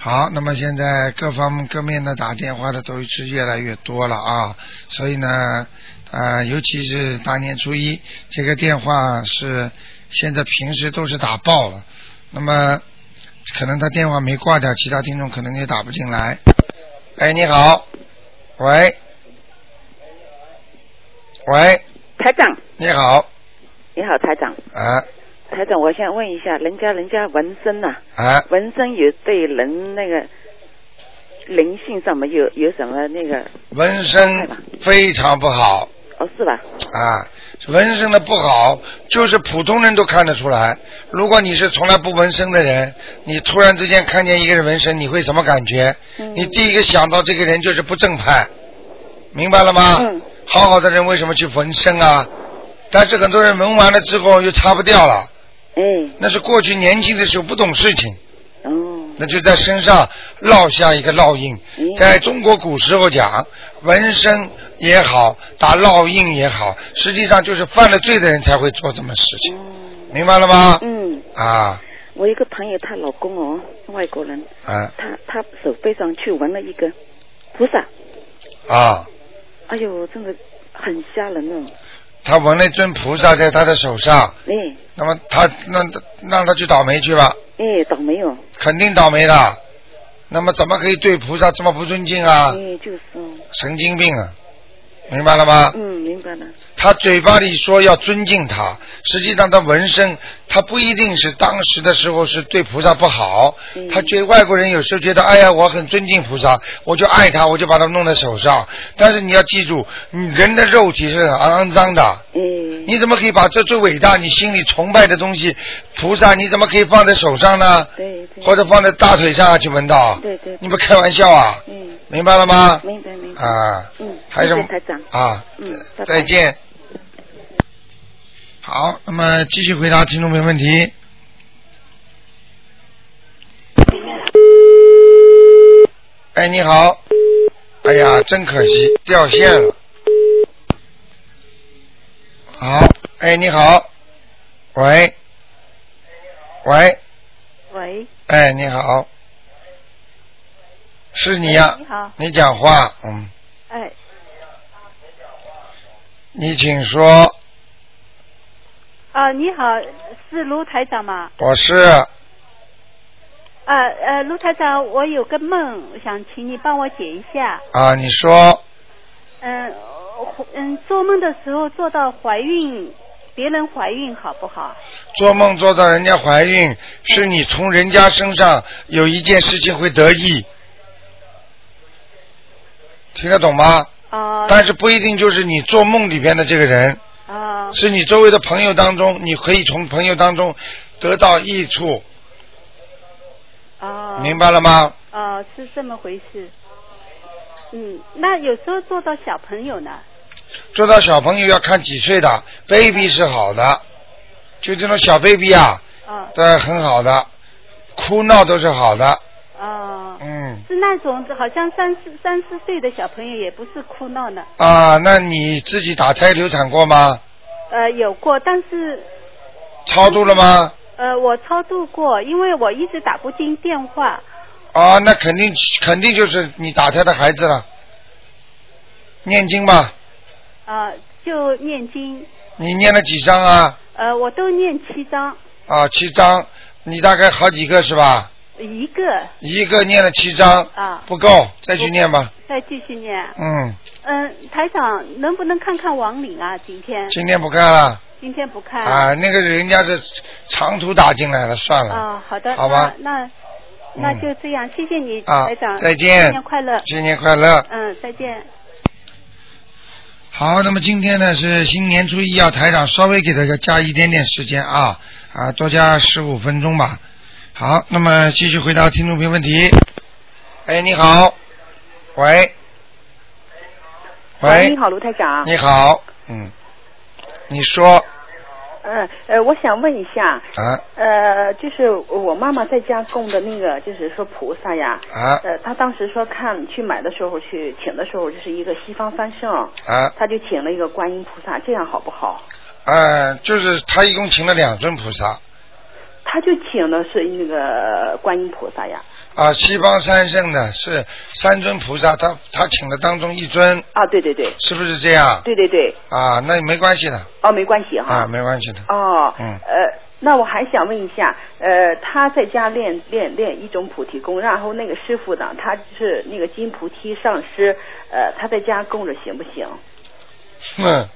Speaker 1: 好，那么现在各方各面的打电话的都是越来越多了啊，所以呢，呃，尤其是大年初一，这个电话是现在平时都是打爆了，那么可能他电话没挂掉，其他听众可能就打不进来。哎，你好，喂，喂，
Speaker 12: 台长，
Speaker 1: 你好，
Speaker 12: 你好，台长，
Speaker 1: 啊
Speaker 12: 台长，我想问一下，人家人家纹身呐、
Speaker 1: 啊，
Speaker 12: 纹身有对人那个灵性上面有有什么那个
Speaker 1: 纹身非常不好
Speaker 12: 哦是吧？
Speaker 1: 啊，纹身的不好就是普通人都看得出来。如果你是从来不纹身的人，你突然之间看见一个人纹身，你会什么感觉？
Speaker 12: 嗯
Speaker 1: 你第一个想到这个人就是不正派，明白了吗？
Speaker 12: 嗯
Speaker 1: 好好的人为什么去纹身啊？但是很多人纹完了之后又擦不掉了。
Speaker 12: 嗯，
Speaker 1: 那是过去年轻的时候不懂事情。
Speaker 12: 哦
Speaker 1: 那就在身上烙下一个烙印。
Speaker 12: 哎
Speaker 1: 在中国古时候讲，纹身也好，打烙印也好，实际上就是犯了罪的人才会做这么事情，
Speaker 12: 哦
Speaker 1: 明白了吗？
Speaker 12: 嗯，
Speaker 1: 啊
Speaker 12: 我有个朋友，她老公哦，外国人，
Speaker 1: 啊
Speaker 12: 他他手背上去纹了一个菩萨，
Speaker 1: 啊！
Speaker 12: 哎呦，真的很吓人哦。
Speaker 1: 他纹了一尊菩萨在他的手上，
Speaker 12: 哎
Speaker 1: 那么他那让他去倒霉去吧，
Speaker 12: 哎，倒霉哦，
Speaker 1: 肯定倒霉的。那么怎么可以对菩萨这么不尊敬啊？
Speaker 12: 哎就是哦，
Speaker 1: 神经病啊！明白了吗？
Speaker 12: 嗯，明白了。
Speaker 1: 他嘴巴里说要尊敬他，实际上他纹身，他不一定是当时的时候是对菩萨不好。
Speaker 12: 嗯
Speaker 1: 他觉得外国人有时候觉得，哎呀，我很尊敬菩萨，我就爱他，我就
Speaker 12: 嗯
Speaker 1: 把他弄在手上。但是你要记住，你人的肉体是很肮脏的。你怎么可以把这最伟大你心里崇拜的东西，菩萨，你怎么可以放在手上呢？
Speaker 12: 对对。
Speaker 1: 或者放在大腿上啊去闻到？
Speaker 12: 对对对
Speaker 1: 你们开玩笑啊？
Speaker 12: 嗯。
Speaker 1: 明白了吗？
Speaker 12: 明白明白。
Speaker 1: 啊。
Speaker 12: 嗯，
Speaker 1: 还有什么
Speaker 12: 谢谢台长。
Speaker 1: 啊，
Speaker 12: 嗯，拜拜
Speaker 1: 再见。好，那么继续回答听众朋友问题。哎，你好。哎呀，真可惜，掉线了。好，哎，你好。喂。喂，
Speaker 13: 喂，
Speaker 1: 哎，你好。是你呀、
Speaker 13: 哎你好
Speaker 1: 你讲话，嗯，
Speaker 13: 哎，
Speaker 1: 你请说，
Speaker 13: 啊，你好，是卢台长吗？
Speaker 1: 我是
Speaker 13: 啊，呃，卢台长，我有个梦，想请你帮我解一下。
Speaker 1: 啊，你说
Speaker 13: 嗯、呃嗯，做梦的时候做到怀孕，别人怀孕好不好？
Speaker 1: 做梦做到人家怀孕，是你从人家身上有一件事情会得意，听得懂吗？
Speaker 13: 哦、
Speaker 1: 但是不一定就是你做梦里边的这个人，
Speaker 13: 啊、
Speaker 1: 是你周围的朋友当中，你可以从朋友当中得到益处，
Speaker 13: 哦、
Speaker 1: 明白了吗？
Speaker 13: 哦、是这么回事。嗯，那有时候做到小朋友呢？
Speaker 1: 做到小朋友要看几岁的，baby 是好的，就这种小 baby 啊，
Speaker 13: 啊、
Speaker 1: 对，很好的，哭闹都是好的，
Speaker 13: 啊、
Speaker 1: 嗯，
Speaker 13: 是那种好像三四三四岁的小朋友，也不是哭闹呢。
Speaker 1: 啊，那你自己打胎流产过吗？
Speaker 13: 呃，有过，但是
Speaker 1: 超度了吗？
Speaker 13: 呃，我超度过，因为我一直打不进电话。
Speaker 1: 啊，那肯定肯定就是你打胎的孩子了。念经吧，
Speaker 13: 啊，就念经，
Speaker 1: 你念了几章啊？
Speaker 13: 呃，我都念七章，
Speaker 1: 啊，七章，你大概好几个是吧？
Speaker 13: 一个
Speaker 1: 一个念了七章，
Speaker 13: 啊，
Speaker 1: 不够，再去念吧。
Speaker 13: 再继续念。
Speaker 1: 嗯，
Speaker 13: 嗯，台长能不能看看王岭啊？今天
Speaker 1: 今天不看了
Speaker 13: 今天不看
Speaker 1: 啊，那个人家是长途打进来了，算了。
Speaker 13: 啊，好的，
Speaker 1: 好吧嗯
Speaker 13: 那那那就这样，谢谢你，
Speaker 1: 啊
Speaker 13: 台长，
Speaker 1: 再见
Speaker 13: 新年快乐，
Speaker 1: 新年快乐
Speaker 13: 嗯，再见。
Speaker 1: 好，那么今天呢是新年初一啊，台长稍微给大家加一点点时间啊啊，多加十五分钟吧。好，那么继续回答听众朋友问题。哎，你好，喂，
Speaker 14: 喂，
Speaker 1: 喂
Speaker 14: 你，好，卢台长。
Speaker 1: 你。好，嗯，你说
Speaker 14: 嗯呃，我想问一下，
Speaker 1: 啊
Speaker 14: 呃，就是我妈妈在家供的那个，就是说菩萨呀，
Speaker 1: 啊
Speaker 14: 呃，她当时说看去买的时候去请的时候，就是一个西方三圣，
Speaker 1: 啊，
Speaker 14: 她就请了一个观音菩萨，这样好不好？
Speaker 1: 呃，就是他一共请了两尊菩萨
Speaker 14: 她就请的是那个观音菩萨呀。
Speaker 1: 啊，西方三圣呢是三尊菩萨，他他请了当中一尊
Speaker 14: 啊，对对对，
Speaker 1: 是不是这样？
Speaker 14: 对对对，
Speaker 1: 啊，那没关系的
Speaker 14: 哦，没关系哈。
Speaker 1: 啊，没关系的，
Speaker 14: 哦，
Speaker 1: 嗯
Speaker 14: 呃，那我还想问一下，呃，他在家练练练一种菩提功，然后那个师傅呢，他是那个金菩提上师，呃，他在家供着行不行？
Speaker 1: 哼，嗯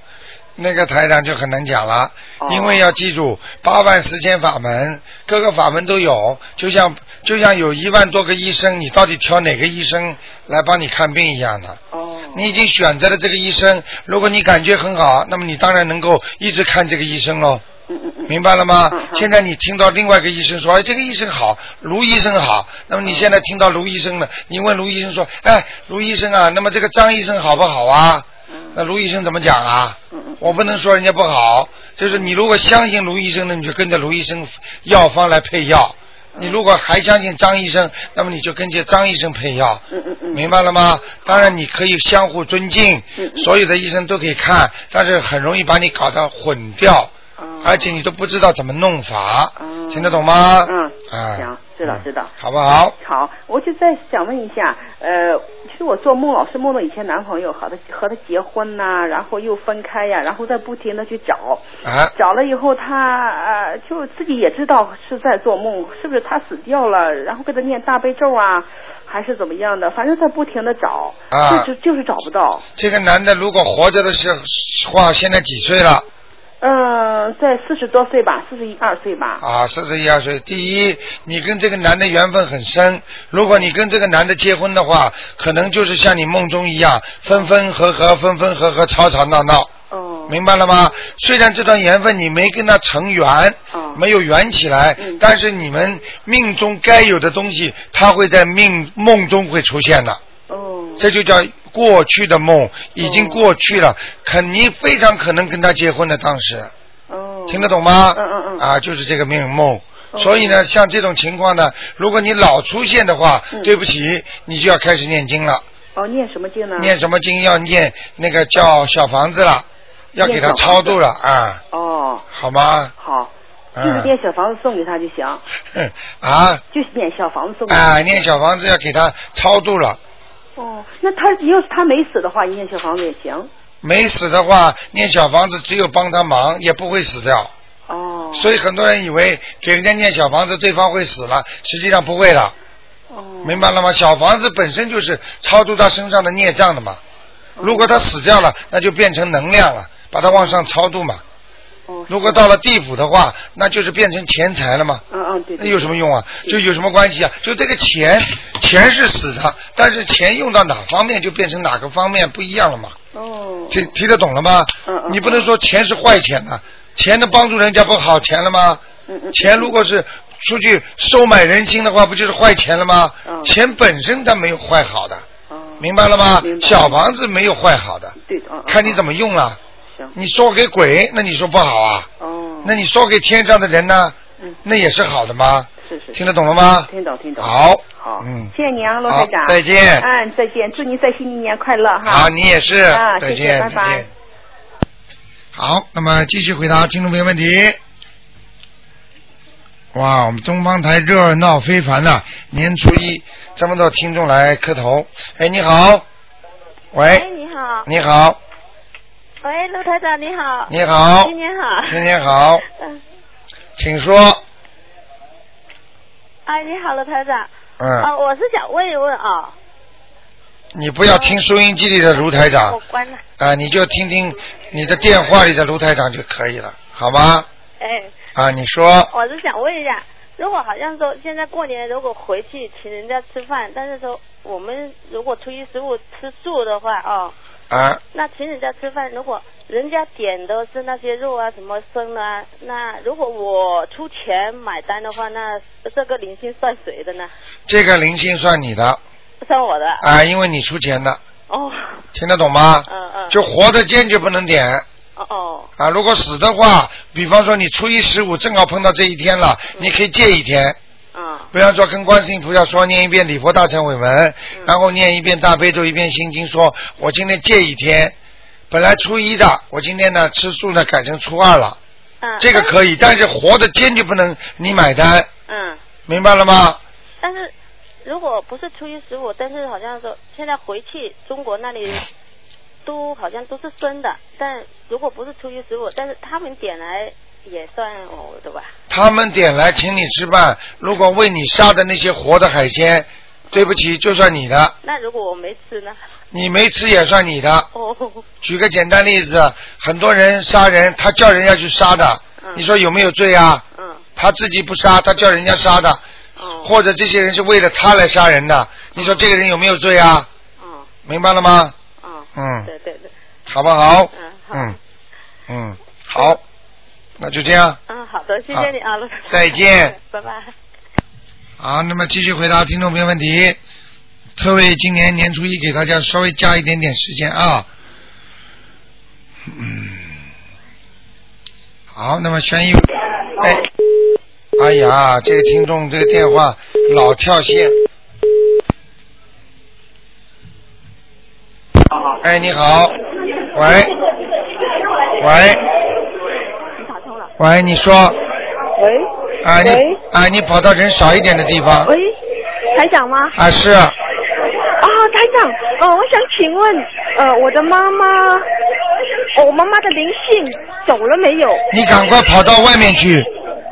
Speaker 1: 那个台长就很难讲了，
Speaker 14: 哦
Speaker 1: 因为要记住八万四千法门，各个法门都有，就像就像有一万多个医生，你到底挑哪个医生来帮你看病一样的。
Speaker 14: 哦。
Speaker 1: 你已经选择了这个医生，如果你感觉很好，那么你当然能够一直看这个医生喽。
Speaker 14: 嗯嗯嗯。
Speaker 1: 明白了吗？现在你听到另外一个医生说，哎，这个医生好，卢医生好。那么你现在
Speaker 14: 哦
Speaker 1: 听到卢医生了，你问卢医生说，哎，卢医生啊，那么这个张医生好不好啊？那卢医生怎么讲啊？我不能说人家不好，就是你如果相信卢医生呢，你就跟着卢医生药方来配药；你如果还相信张医生，那么你就跟着张医生配药。
Speaker 14: 嗯嗯嗯
Speaker 1: 明白了吗？当然你可以相互尊敬，所有的医生都可以看，但是很容易把你搞得混掉，
Speaker 14: 哦
Speaker 1: 而且你都不知道怎么弄法，听得懂吗？
Speaker 14: 嗯，
Speaker 1: 啊，
Speaker 14: 行，知道知道。
Speaker 1: 好不好？
Speaker 14: 好，我就在想问一下，呃，其实我做梦老是梦到以前男朋友和他和他结婚呐、然后又分开呀、然后再不停的去找，
Speaker 1: 啊
Speaker 14: 找了以后他呃就自己也知道是在做梦，是不是他死掉了，然后给他念大悲咒啊，还是怎么样的，反正他不停的找，
Speaker 1: 啊
Speaker 14: 就是就是找不到，
Speaker 1: 这个男的如果活着的时候，话现在几岁了？
Speaker 14: 嗯、在四十多岁吧，四十一二岁吧，
Speaker 1: 啊，四十一二岁。第一，你跟这个男的缘分很深，如果你跟这个男的结婚的话，可能就是像你梦中一样，分分合合，分分合合，吵吵闹闹。
Speaker 14: 哦。
Speaker 1: 明白了吗？虽然这段缘分你没跟他成缘，没有缘起来，但是你们命中该有的东西，它会在命梦中会出现的。哦，这就叫过去的梦，已经过去了，肯你非常可能跟他结婚的当时。哦，听得懂吗？嗯嗯嗯。嗯啊，就是这个命梦。所以呢，像这种情况呢，如果你老出现的话，对不起，你就要开始念经了。
Speaker 14: 哦，念什么经呢？
Speaker 1: 念什么经要念那个叫小房子了，要给他
Speaker 14: 念小
Speaker 1: 超
Speaker 14: 房子
Speaker 1: 度了啊，
Speaker 14: 哦，
Speaker 1: 好吗？
Speaker 14: 好，就是
Speaker 1: 嗯
Speaker 14: 念小房子送给他就行，
Speaker 1: 哼啊
Speaker 14: 就是念小房子送给他。
Speaker 1: 啊，念小房子要给他超度了，
Speaker 14: 哦，那他要是他没死的话，念小房子也行。
Speaker 1: 没死的话，念小房子只有帮他忙，也不会死掉。
Speaker 14: 哦。
Speaker 1: 所以很多人以为给人家念小房子，对方会死了，实际上不会的。
Speaker 14: 哦
Speaker 1: 明白了吗？小房子本身就是超度他身上的孽障的嘛。
Speaker 14: 哦
Speaker 1: 如果他死掉了，那就变成能量了，把它往上超度嘛。
Speaker 14: 哦
Speaker 1: 如果到了地府的话，那就是变成钱财了嘛。
Speaker 14: 嗯嗯，对。
Speaker 1: 那有什么用啊？就有什么关系啊？就这个钱，钱是死的，但是钱用到哪方面就变成哪个方面不一样了嘛。
Speaker 14: 哦。
Speaker 1: 听听得懂了吗？
Speaker 14: 嗯嗯
Speaker 1: 你不能说钱是坏钱呐、钱能帮助人家不好钱了吗？
Speaker 14: 嗯嗯。
Speaker 1: 钱如果是出去收买人心的话，不就是坏钱了吗？
Speaker 14: 嗯
Speaker 1: 钱本身它没有坏好的，明白了吗？小房子没有坏好的，
Speaker 14: 对，嗯
Speaker 1: 看你怎么用了。你说给鬼，那你说不好啊？
Speaker 14: 哦。
Speaker 1: 那你说给天上的人呢？
Speaker 14: 嗯。
Speaker 1: 那也是好的吗？
Speaker 14: 是是。
Speaker 1: 听得懂了吗？
Speaker 14: 听懂听懂。
Speaker 1: 好。
Speaker 14: 好。
Speaker 1: 嗯。
Speaker 14: 谢谢你啊，罗
Speaker 1: 好
Speaker 14: 台长。
Speaker 1: 再见
Speaker 14: 嗯，再见，祝您在新的一年快乐哈。
Speaker 1: 好，你也是。
Speaker 14: 啊，
Speaker 1: 再
Speaker 14: 谢
Speaker 1: 见
Speaker 14: 谢，，拜
Speaker 1: 再
Speaker 14: 拜
Speaker 1: 见。。好，那么继续回答听众朋友问题。哇，我们东方台热闹非凡呐、年初一这么多听众来磕头。哎，你好，
Speaker 15: 喂，
Speaker 1: 喂，
Speaker 15: 哎你好，
Speaker 1: 哎你，好，
Speaker 15: 喂，陆台长，你好，
Speaker 1: 你好
Speaker 15: 新年好，
Speaker 1: 新年好
Speaker 15: 嗯，
Speaker 1: 请说。
Speaker 15: 哎，你好，陆台长，
Speaker 1: 嗯，
Speaker 15: 哦，我是想问一问啊，
Speaker 1: 你不要听收音机里的卢台长
Speaker 15: 我关了，
Speaker 1: 啊，你就听听你的电话里的卢台长就可以了，好吗？
Speaker 15: 哎，
Speaker 1: 啊，你说，
Speaker 15: 我是想问一下，如果好像说现在过年如果回去请人家吃饭，但是说我们如果初一十五吃素的话哦，
Speaker 1: 啊，
Speaker 15: 那请人家吃饭，如果人家点的是那些肉啊什么生的啊，那如果我出钱买单的话，那这个零星算谁的呢？
Speaker 1: 这个灵性算你的
Speaker 15: 算我的
Speaker 1: 啊，因为你出钱的，
Speaker 15: 哦
Speaker 1: 听得懂吗？
Speaker 15: 嗯嗯
Speaker 1: 就活的坚决不能点。
Speaker 15: 哦哦
Speaker 1: 啊，如果死的话，比方说你初一十五正好碰到这一天了，你可以借一天。
Speaker 15: 嗯。
Speaker 1: 比方说跟观世音菩萨说念一遍礼佛大忏悔文，
Speaker 15: 嗯
Speaker 1: 然后念一遍大悲咒，一遍心经说，我今天借一天。本来初一的，我今天呢吃素呢改成初二了。
Speaker 15: 嗯。
Speaker 1: 这个可以，但是活的坚决不能你买单，
Speaker 15: 嗯。
Speaker 1: 明白了吗？
Speaker 15: 但是如果不是初一十五，但是好像说现在回去中国那里都好像都是生的，但如果不是初一十五，但是他们点来也算我的吧？
Speaker 1: 他们点来请你吃饭，如果为你杀的那些活的海鲜，对不起，就算你的，
Speaker 15: 那如果我没吃呢？
Speaker 1: 你没吃也算你的。
Speaker 15: 哦，
Speaker 1: 举个简单例子，很多人杀人，他叫人家去杀的，
Speaker 15: 嗯
Speaker 1: 你说有没有罪啊？他自己不杀，他叫人家杀的，
Speaker 15: 哦
Speaker 1: 或者这些人是为了他来杀人的，你说这个人有没有罪啊？
Speaker 15: 哦
Speaker 1: 明白了吗？嗯，
Speaker 15: 对对对，
Speaker 1: 好不好？
Speaker 15: 哦嗯好
Speaker 1: 嗯嗯，好，那就这样。
Speaker 15: 嗯，好的，谢谢你啊，罗台长
Speaker 1: 啊再见，
Speaker 15: 拜拜。
Speaker 1: 好，那么继续回答听众朋友问题。特为今年年初一给大家稍微加一点点时间啊。嗯，好，那么悬疑，哎，哎呀，这个听众这个电话老跳线。哎，你好，喂，喂，喂，你说，
Speaker 16: 喂，
Speaker 1: 啊你
Speaker 16: 喂
Speaker 1: 啊你跑到人少一点的地方，
Speaker 16: 喂，台长吗？
Speaker 1: 啊是啊。
Speaker 16: 啊，台长，呃，我想请问，呃，我的妈妈，哦我妈妈的灵性走了没有？
Speaker 1: 你赶快跑到外面去，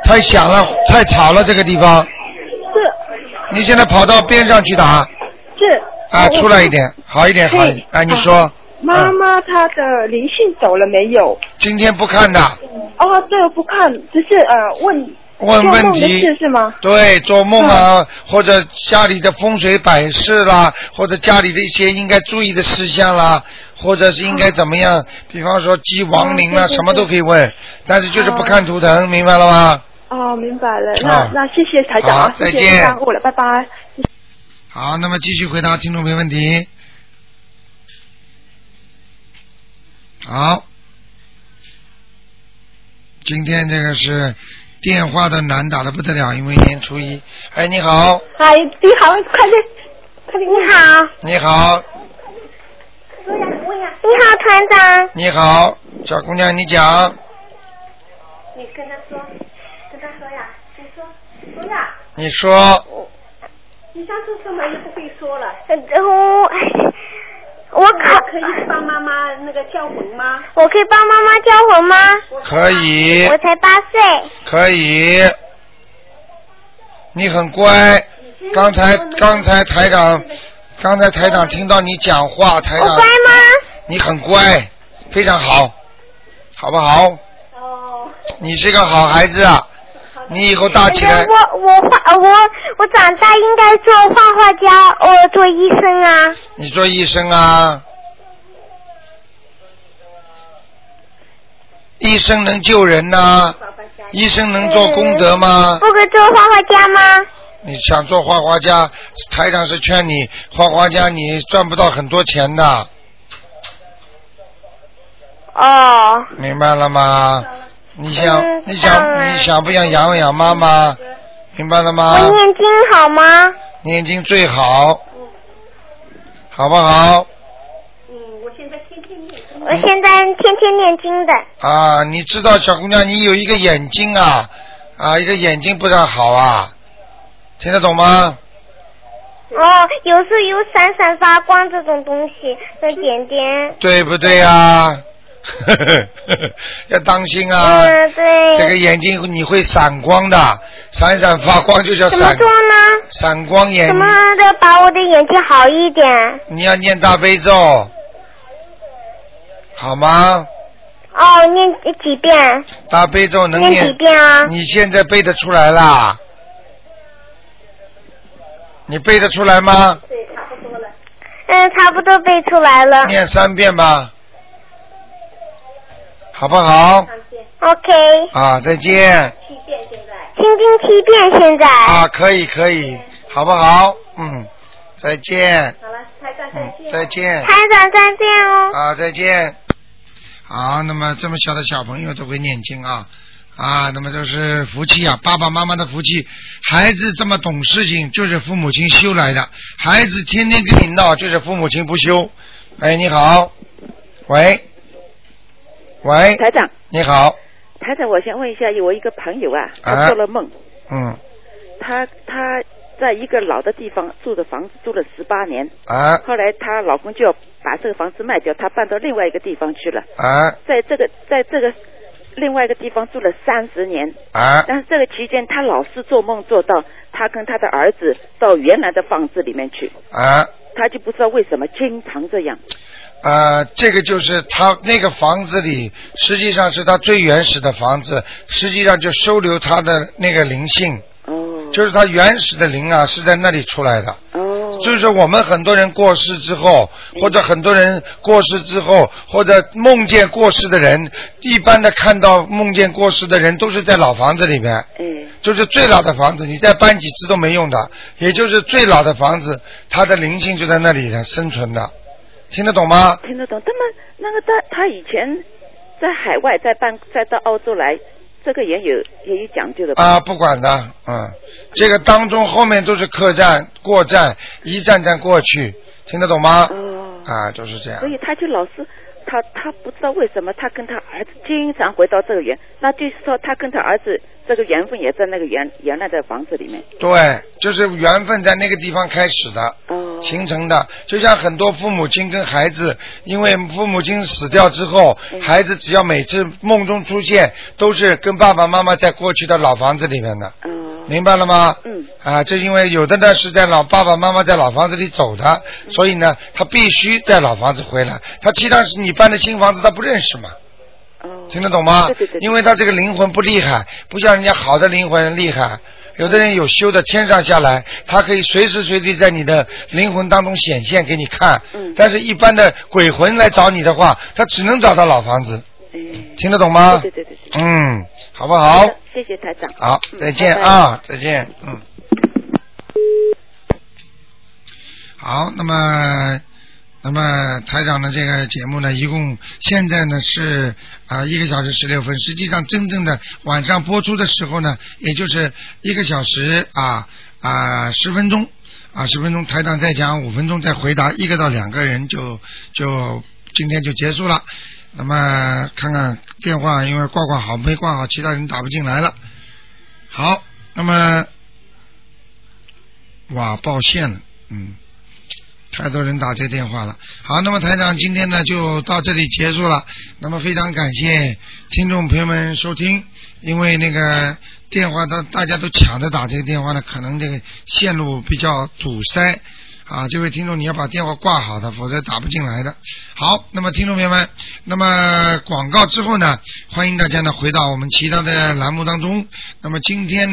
Speaker 1: 太响了，太吵了，这个地方。是。你现在跑到边上去打
Speaker 16: 是。
Speaker 1: 啊，
Speaker 16: 我
Speaker 1: 出来一点，好一点，
Speaker 16: 对
Speaker 1: 好一点。啊，你说
Speaker 16: 妈妈她的灵性走了没有？
Speaker 1: 今天不看的，
Speaker 16: 哦，对，我不看，只是呃问
Speaker 1: 问
Speaker 16: 做
Speaker 1: 问
Speaker 16: 梦的
Speaker 1: 题
Speaker 16: 事是吗？
Speaker 1: 对，做梦
Speaker 16: 嗯
Speaker 1: 啊，或者家里的风水摆饰啦，或者家里的一些应该注意的事项啦，或者是应该怎么样，比方说鸡亡灵
Speaker 16: 嗯
Speaker 1: 啊，
Speaker 16: 嗯对对
Speaker 1: 什么都
Speaker 16: 对
Speaker 1: 可以问，但是就是不看
Speaker 16: 哦
Speaker 1: 图腾，明白了吗？
Speaker 16: 哦，明白了，
Speaker 1: 啊
Speaker 16: 那那谢谢台长
Speaker 1: 好
Speaker 16: 啊，谢
Speaker 1: 再
Speaker 16: 谢
Speaker 1: 见
Speaker 16: 您耽误了，拜拜。
Speaker 1: 好，那么继续回答听众朋友问题。好，今天这个是电话都难打的不得了，因为年初一。哎，你好，
Speaker 16: 哎，你好，快点，快点，你好，
Speaker 1: 你好，
Speaker 16: 你好，团长。
Speaker 1: 你好，小姑娘，你讲，
Speaker 16: 你跟他说，跟他说呀，你说不要，
Speaker 1: 你说，
Speaker 16: 你上次出门就不会说了。我呃哦哎我可可以帮妈妈那个叫魂吗？
Speaker 17: 我可以帮妈妈叫魂吗？
Speaker 1: 可以，
Speaker 17: 我才八岁。
Speaker 1: 可以，你很乖。刚才刚才台长，刚才台长听到你讲话，台长，你很乖，非常好，好不好？哦。你是个好孩子啊，你以后大起来
Speaker 17: 嗯，我我画我我长大应该做画画家，哦，做医生啊。
Speaker 1: 你做医生啊。医生能救人呐、医生能做功德吗？
Speaker 17: 不可以做画画家吗？
Speaker 1: 你想做画画家，台长是劝你画画家，你赚不到很多钱的，
Speaker 17: 哦，
Speaker 1: 明白了吗？你想
Speaker 17: 嗯，
Speaker 1: 你想，你想不想养养妈妈？明白了吗
Speaker 17: 我？念经好吗？
Speaker 1: 念经最好，好不好？
Speaker 17: 我现在天天念经的。
Speaker 1: 啊，你知道小姑娘，你有一个眼睛啊，啊，一个眼睛不大好啊，听得懂吗？
Speaker 17: 哦，有时候有闪闪发光这种东西，那点点。
Speaker 1: 对不对啊？ 要当心啊！
Speaker 17: 嗯对
Speaker 1: 这个眼睛你会闪光的，闪闪发光就叫
Speaker 17: 怎么
Speaker 1: 闪
Speaker 17: 做呢？
Speaker 1: 闪光眼
Speaker 17: 怎。么的把我的眼睛好一点？
Speaker 1: 你要念大悲咒，好吗？
Speaker 17: 哦，念几遍？
Speaker 1: 大悲咒能
Speaker 17: 念几遍啊？
Speaker 1: 你现在背得出来啦？你背得出来吗？
Speaker 17: 嗯，差不多背出来了。
Speaker 1: 念三遍吧，好不好？
Speaker 17: OK，
Speaker 1: 啊，再见
Speaker 17: 心经七遍现在。
Speaker 1: 啊，可以可以，好不好？嗯，再见。好了，再见。
Speaker 17: 台长再见哦。
Speaker 1: 啊，再见。好，那么这么小的小朋友都会念经啊啊，那么就是福气啊，爸爸妈妈的福气。孩子这么懂事情，就是父母亲修来的。孩子天天跟你闹，就是父母亲不修。哎，你好，喂，喂，
Speaker 12: 台长，
Speaker 1: 你好，
Speaker 12: 台长，我想问一下，我一个朋友啊，
Speaker 1: 啊
Speaker 12: 他做了梦，
Speaker 1: 嗯，
Speaker 12: 他他在一个老的地方住的房子住了十八年，
Speaker 1: 啊
Speaker 12: 后来她老公就要把这个房子卖掉，她搬到另外一个地方去了，
Speaker 1: 啊
Speaker 12: 在这个在这个另外一个地方住了三十年，
Speaker 1: 啊
Speaker 12: 但是这个期间她老是做梦做到她跟她的儿子到原来的房子里面去，
Speaker 1: 啊。
Speaker 12: 她就不知道为什么经常这样。
Speaker 1: 呃，这个就是他那个房子里，实际上是他最原始的房子，实际上就收留他的那个灵性。就是他原始的灵啊，是在那里出来的。
Speaker 12: 哦。
Speaker 1: 就是说我们很多人过世之后，或者很多人过世之后，或者梦见过世的人，一般的看到梦见过世的人都是在老房子里面。就是最老的房子，你再搬几次都没用的。也就是最老的房子，它的灵性就在那里的生存的，听得懂吗？
Speaker 12: 听得懂。那么，那个他他以前在海外，在办，再到澳洲来，这个也有也有讲究的吧？
Speaker 1: 啊，不管的，嗯，这个当中后面都是客栈、过站，一站站过去，听得懂吗？
Speaker 12: 哦
Speaker 1: 啊，就是这样
Speaker 12: 所。以他就老是，他他不知道为什么他跟他儿子经常回到这个园，那就是说他跟他儿子这个缘分也在那个原原来的房子里面。
Speaker 1: 对，就是缘分在那个地方开始的，形成的。就像很多父母亲跟孩子，因为父母亲死掉之后，孩子只要每次梦中出现，都是跟爸爸妈妈在过去的老房子里面的。明白了吗？
Speaker 12: 嗯。
Speaker 1: 啊，这因为有的呢是在老爸爸妈妈在老房子里走的，
Speaker 12: 嗯
Speaker 1: 所以呢，他必须在老房子回来。他其他是你搬的新房子，他不认识嘛。听得懂吗？
Speaker 12: 哦对对对
Speaker 1: 因为他这个灵魂不厉害，不像人家好的灵魂厉害。有的人有修的天上下来，他可以随时随地在你的灵魂当中显现给你看。
Speaker 12: 嗯
Speaker 1: 但是，一般的鬼魂来找你的话，他只能找到老房子。听得懂吗？
Speaker 12: 哎对对对
Speaker 1: 对。嗯，好不好？
Speaker 12: 的谢谢台长。
Speaker 1: 好，
Speaker 12: 嗯
Speaker 1: 再见
Speaker 12: 拜拜
Speaker 1: 啊，再见，嗯。好，那么，那么台长的这个节目呢，一共现在呢是啊一个小时十六分，实际上真正的晚上播出的时候呢，也就是一个小时啊啊十分钟啊十分钟，台长再讲五分钟再回答一个到两个人就就今天就结束了。那么看看电话，因为挂挂好没挂好，其他人打不进来了。好，那么哇报线了，嗯，太多人打这电话了。好，那么台长今天呢就到这里结束了。那么非常感谢听众朋友们收听，因为那个电话大大家都抢着打这个电话呢，可能这个线路比较堵塞。啊，这位听众你要把电话挂好的，否则打不进来的。好，那么听众朋友们，那么广告之后呢，欢迎大家呢回到我们其他的栏目当中。那么今天呢。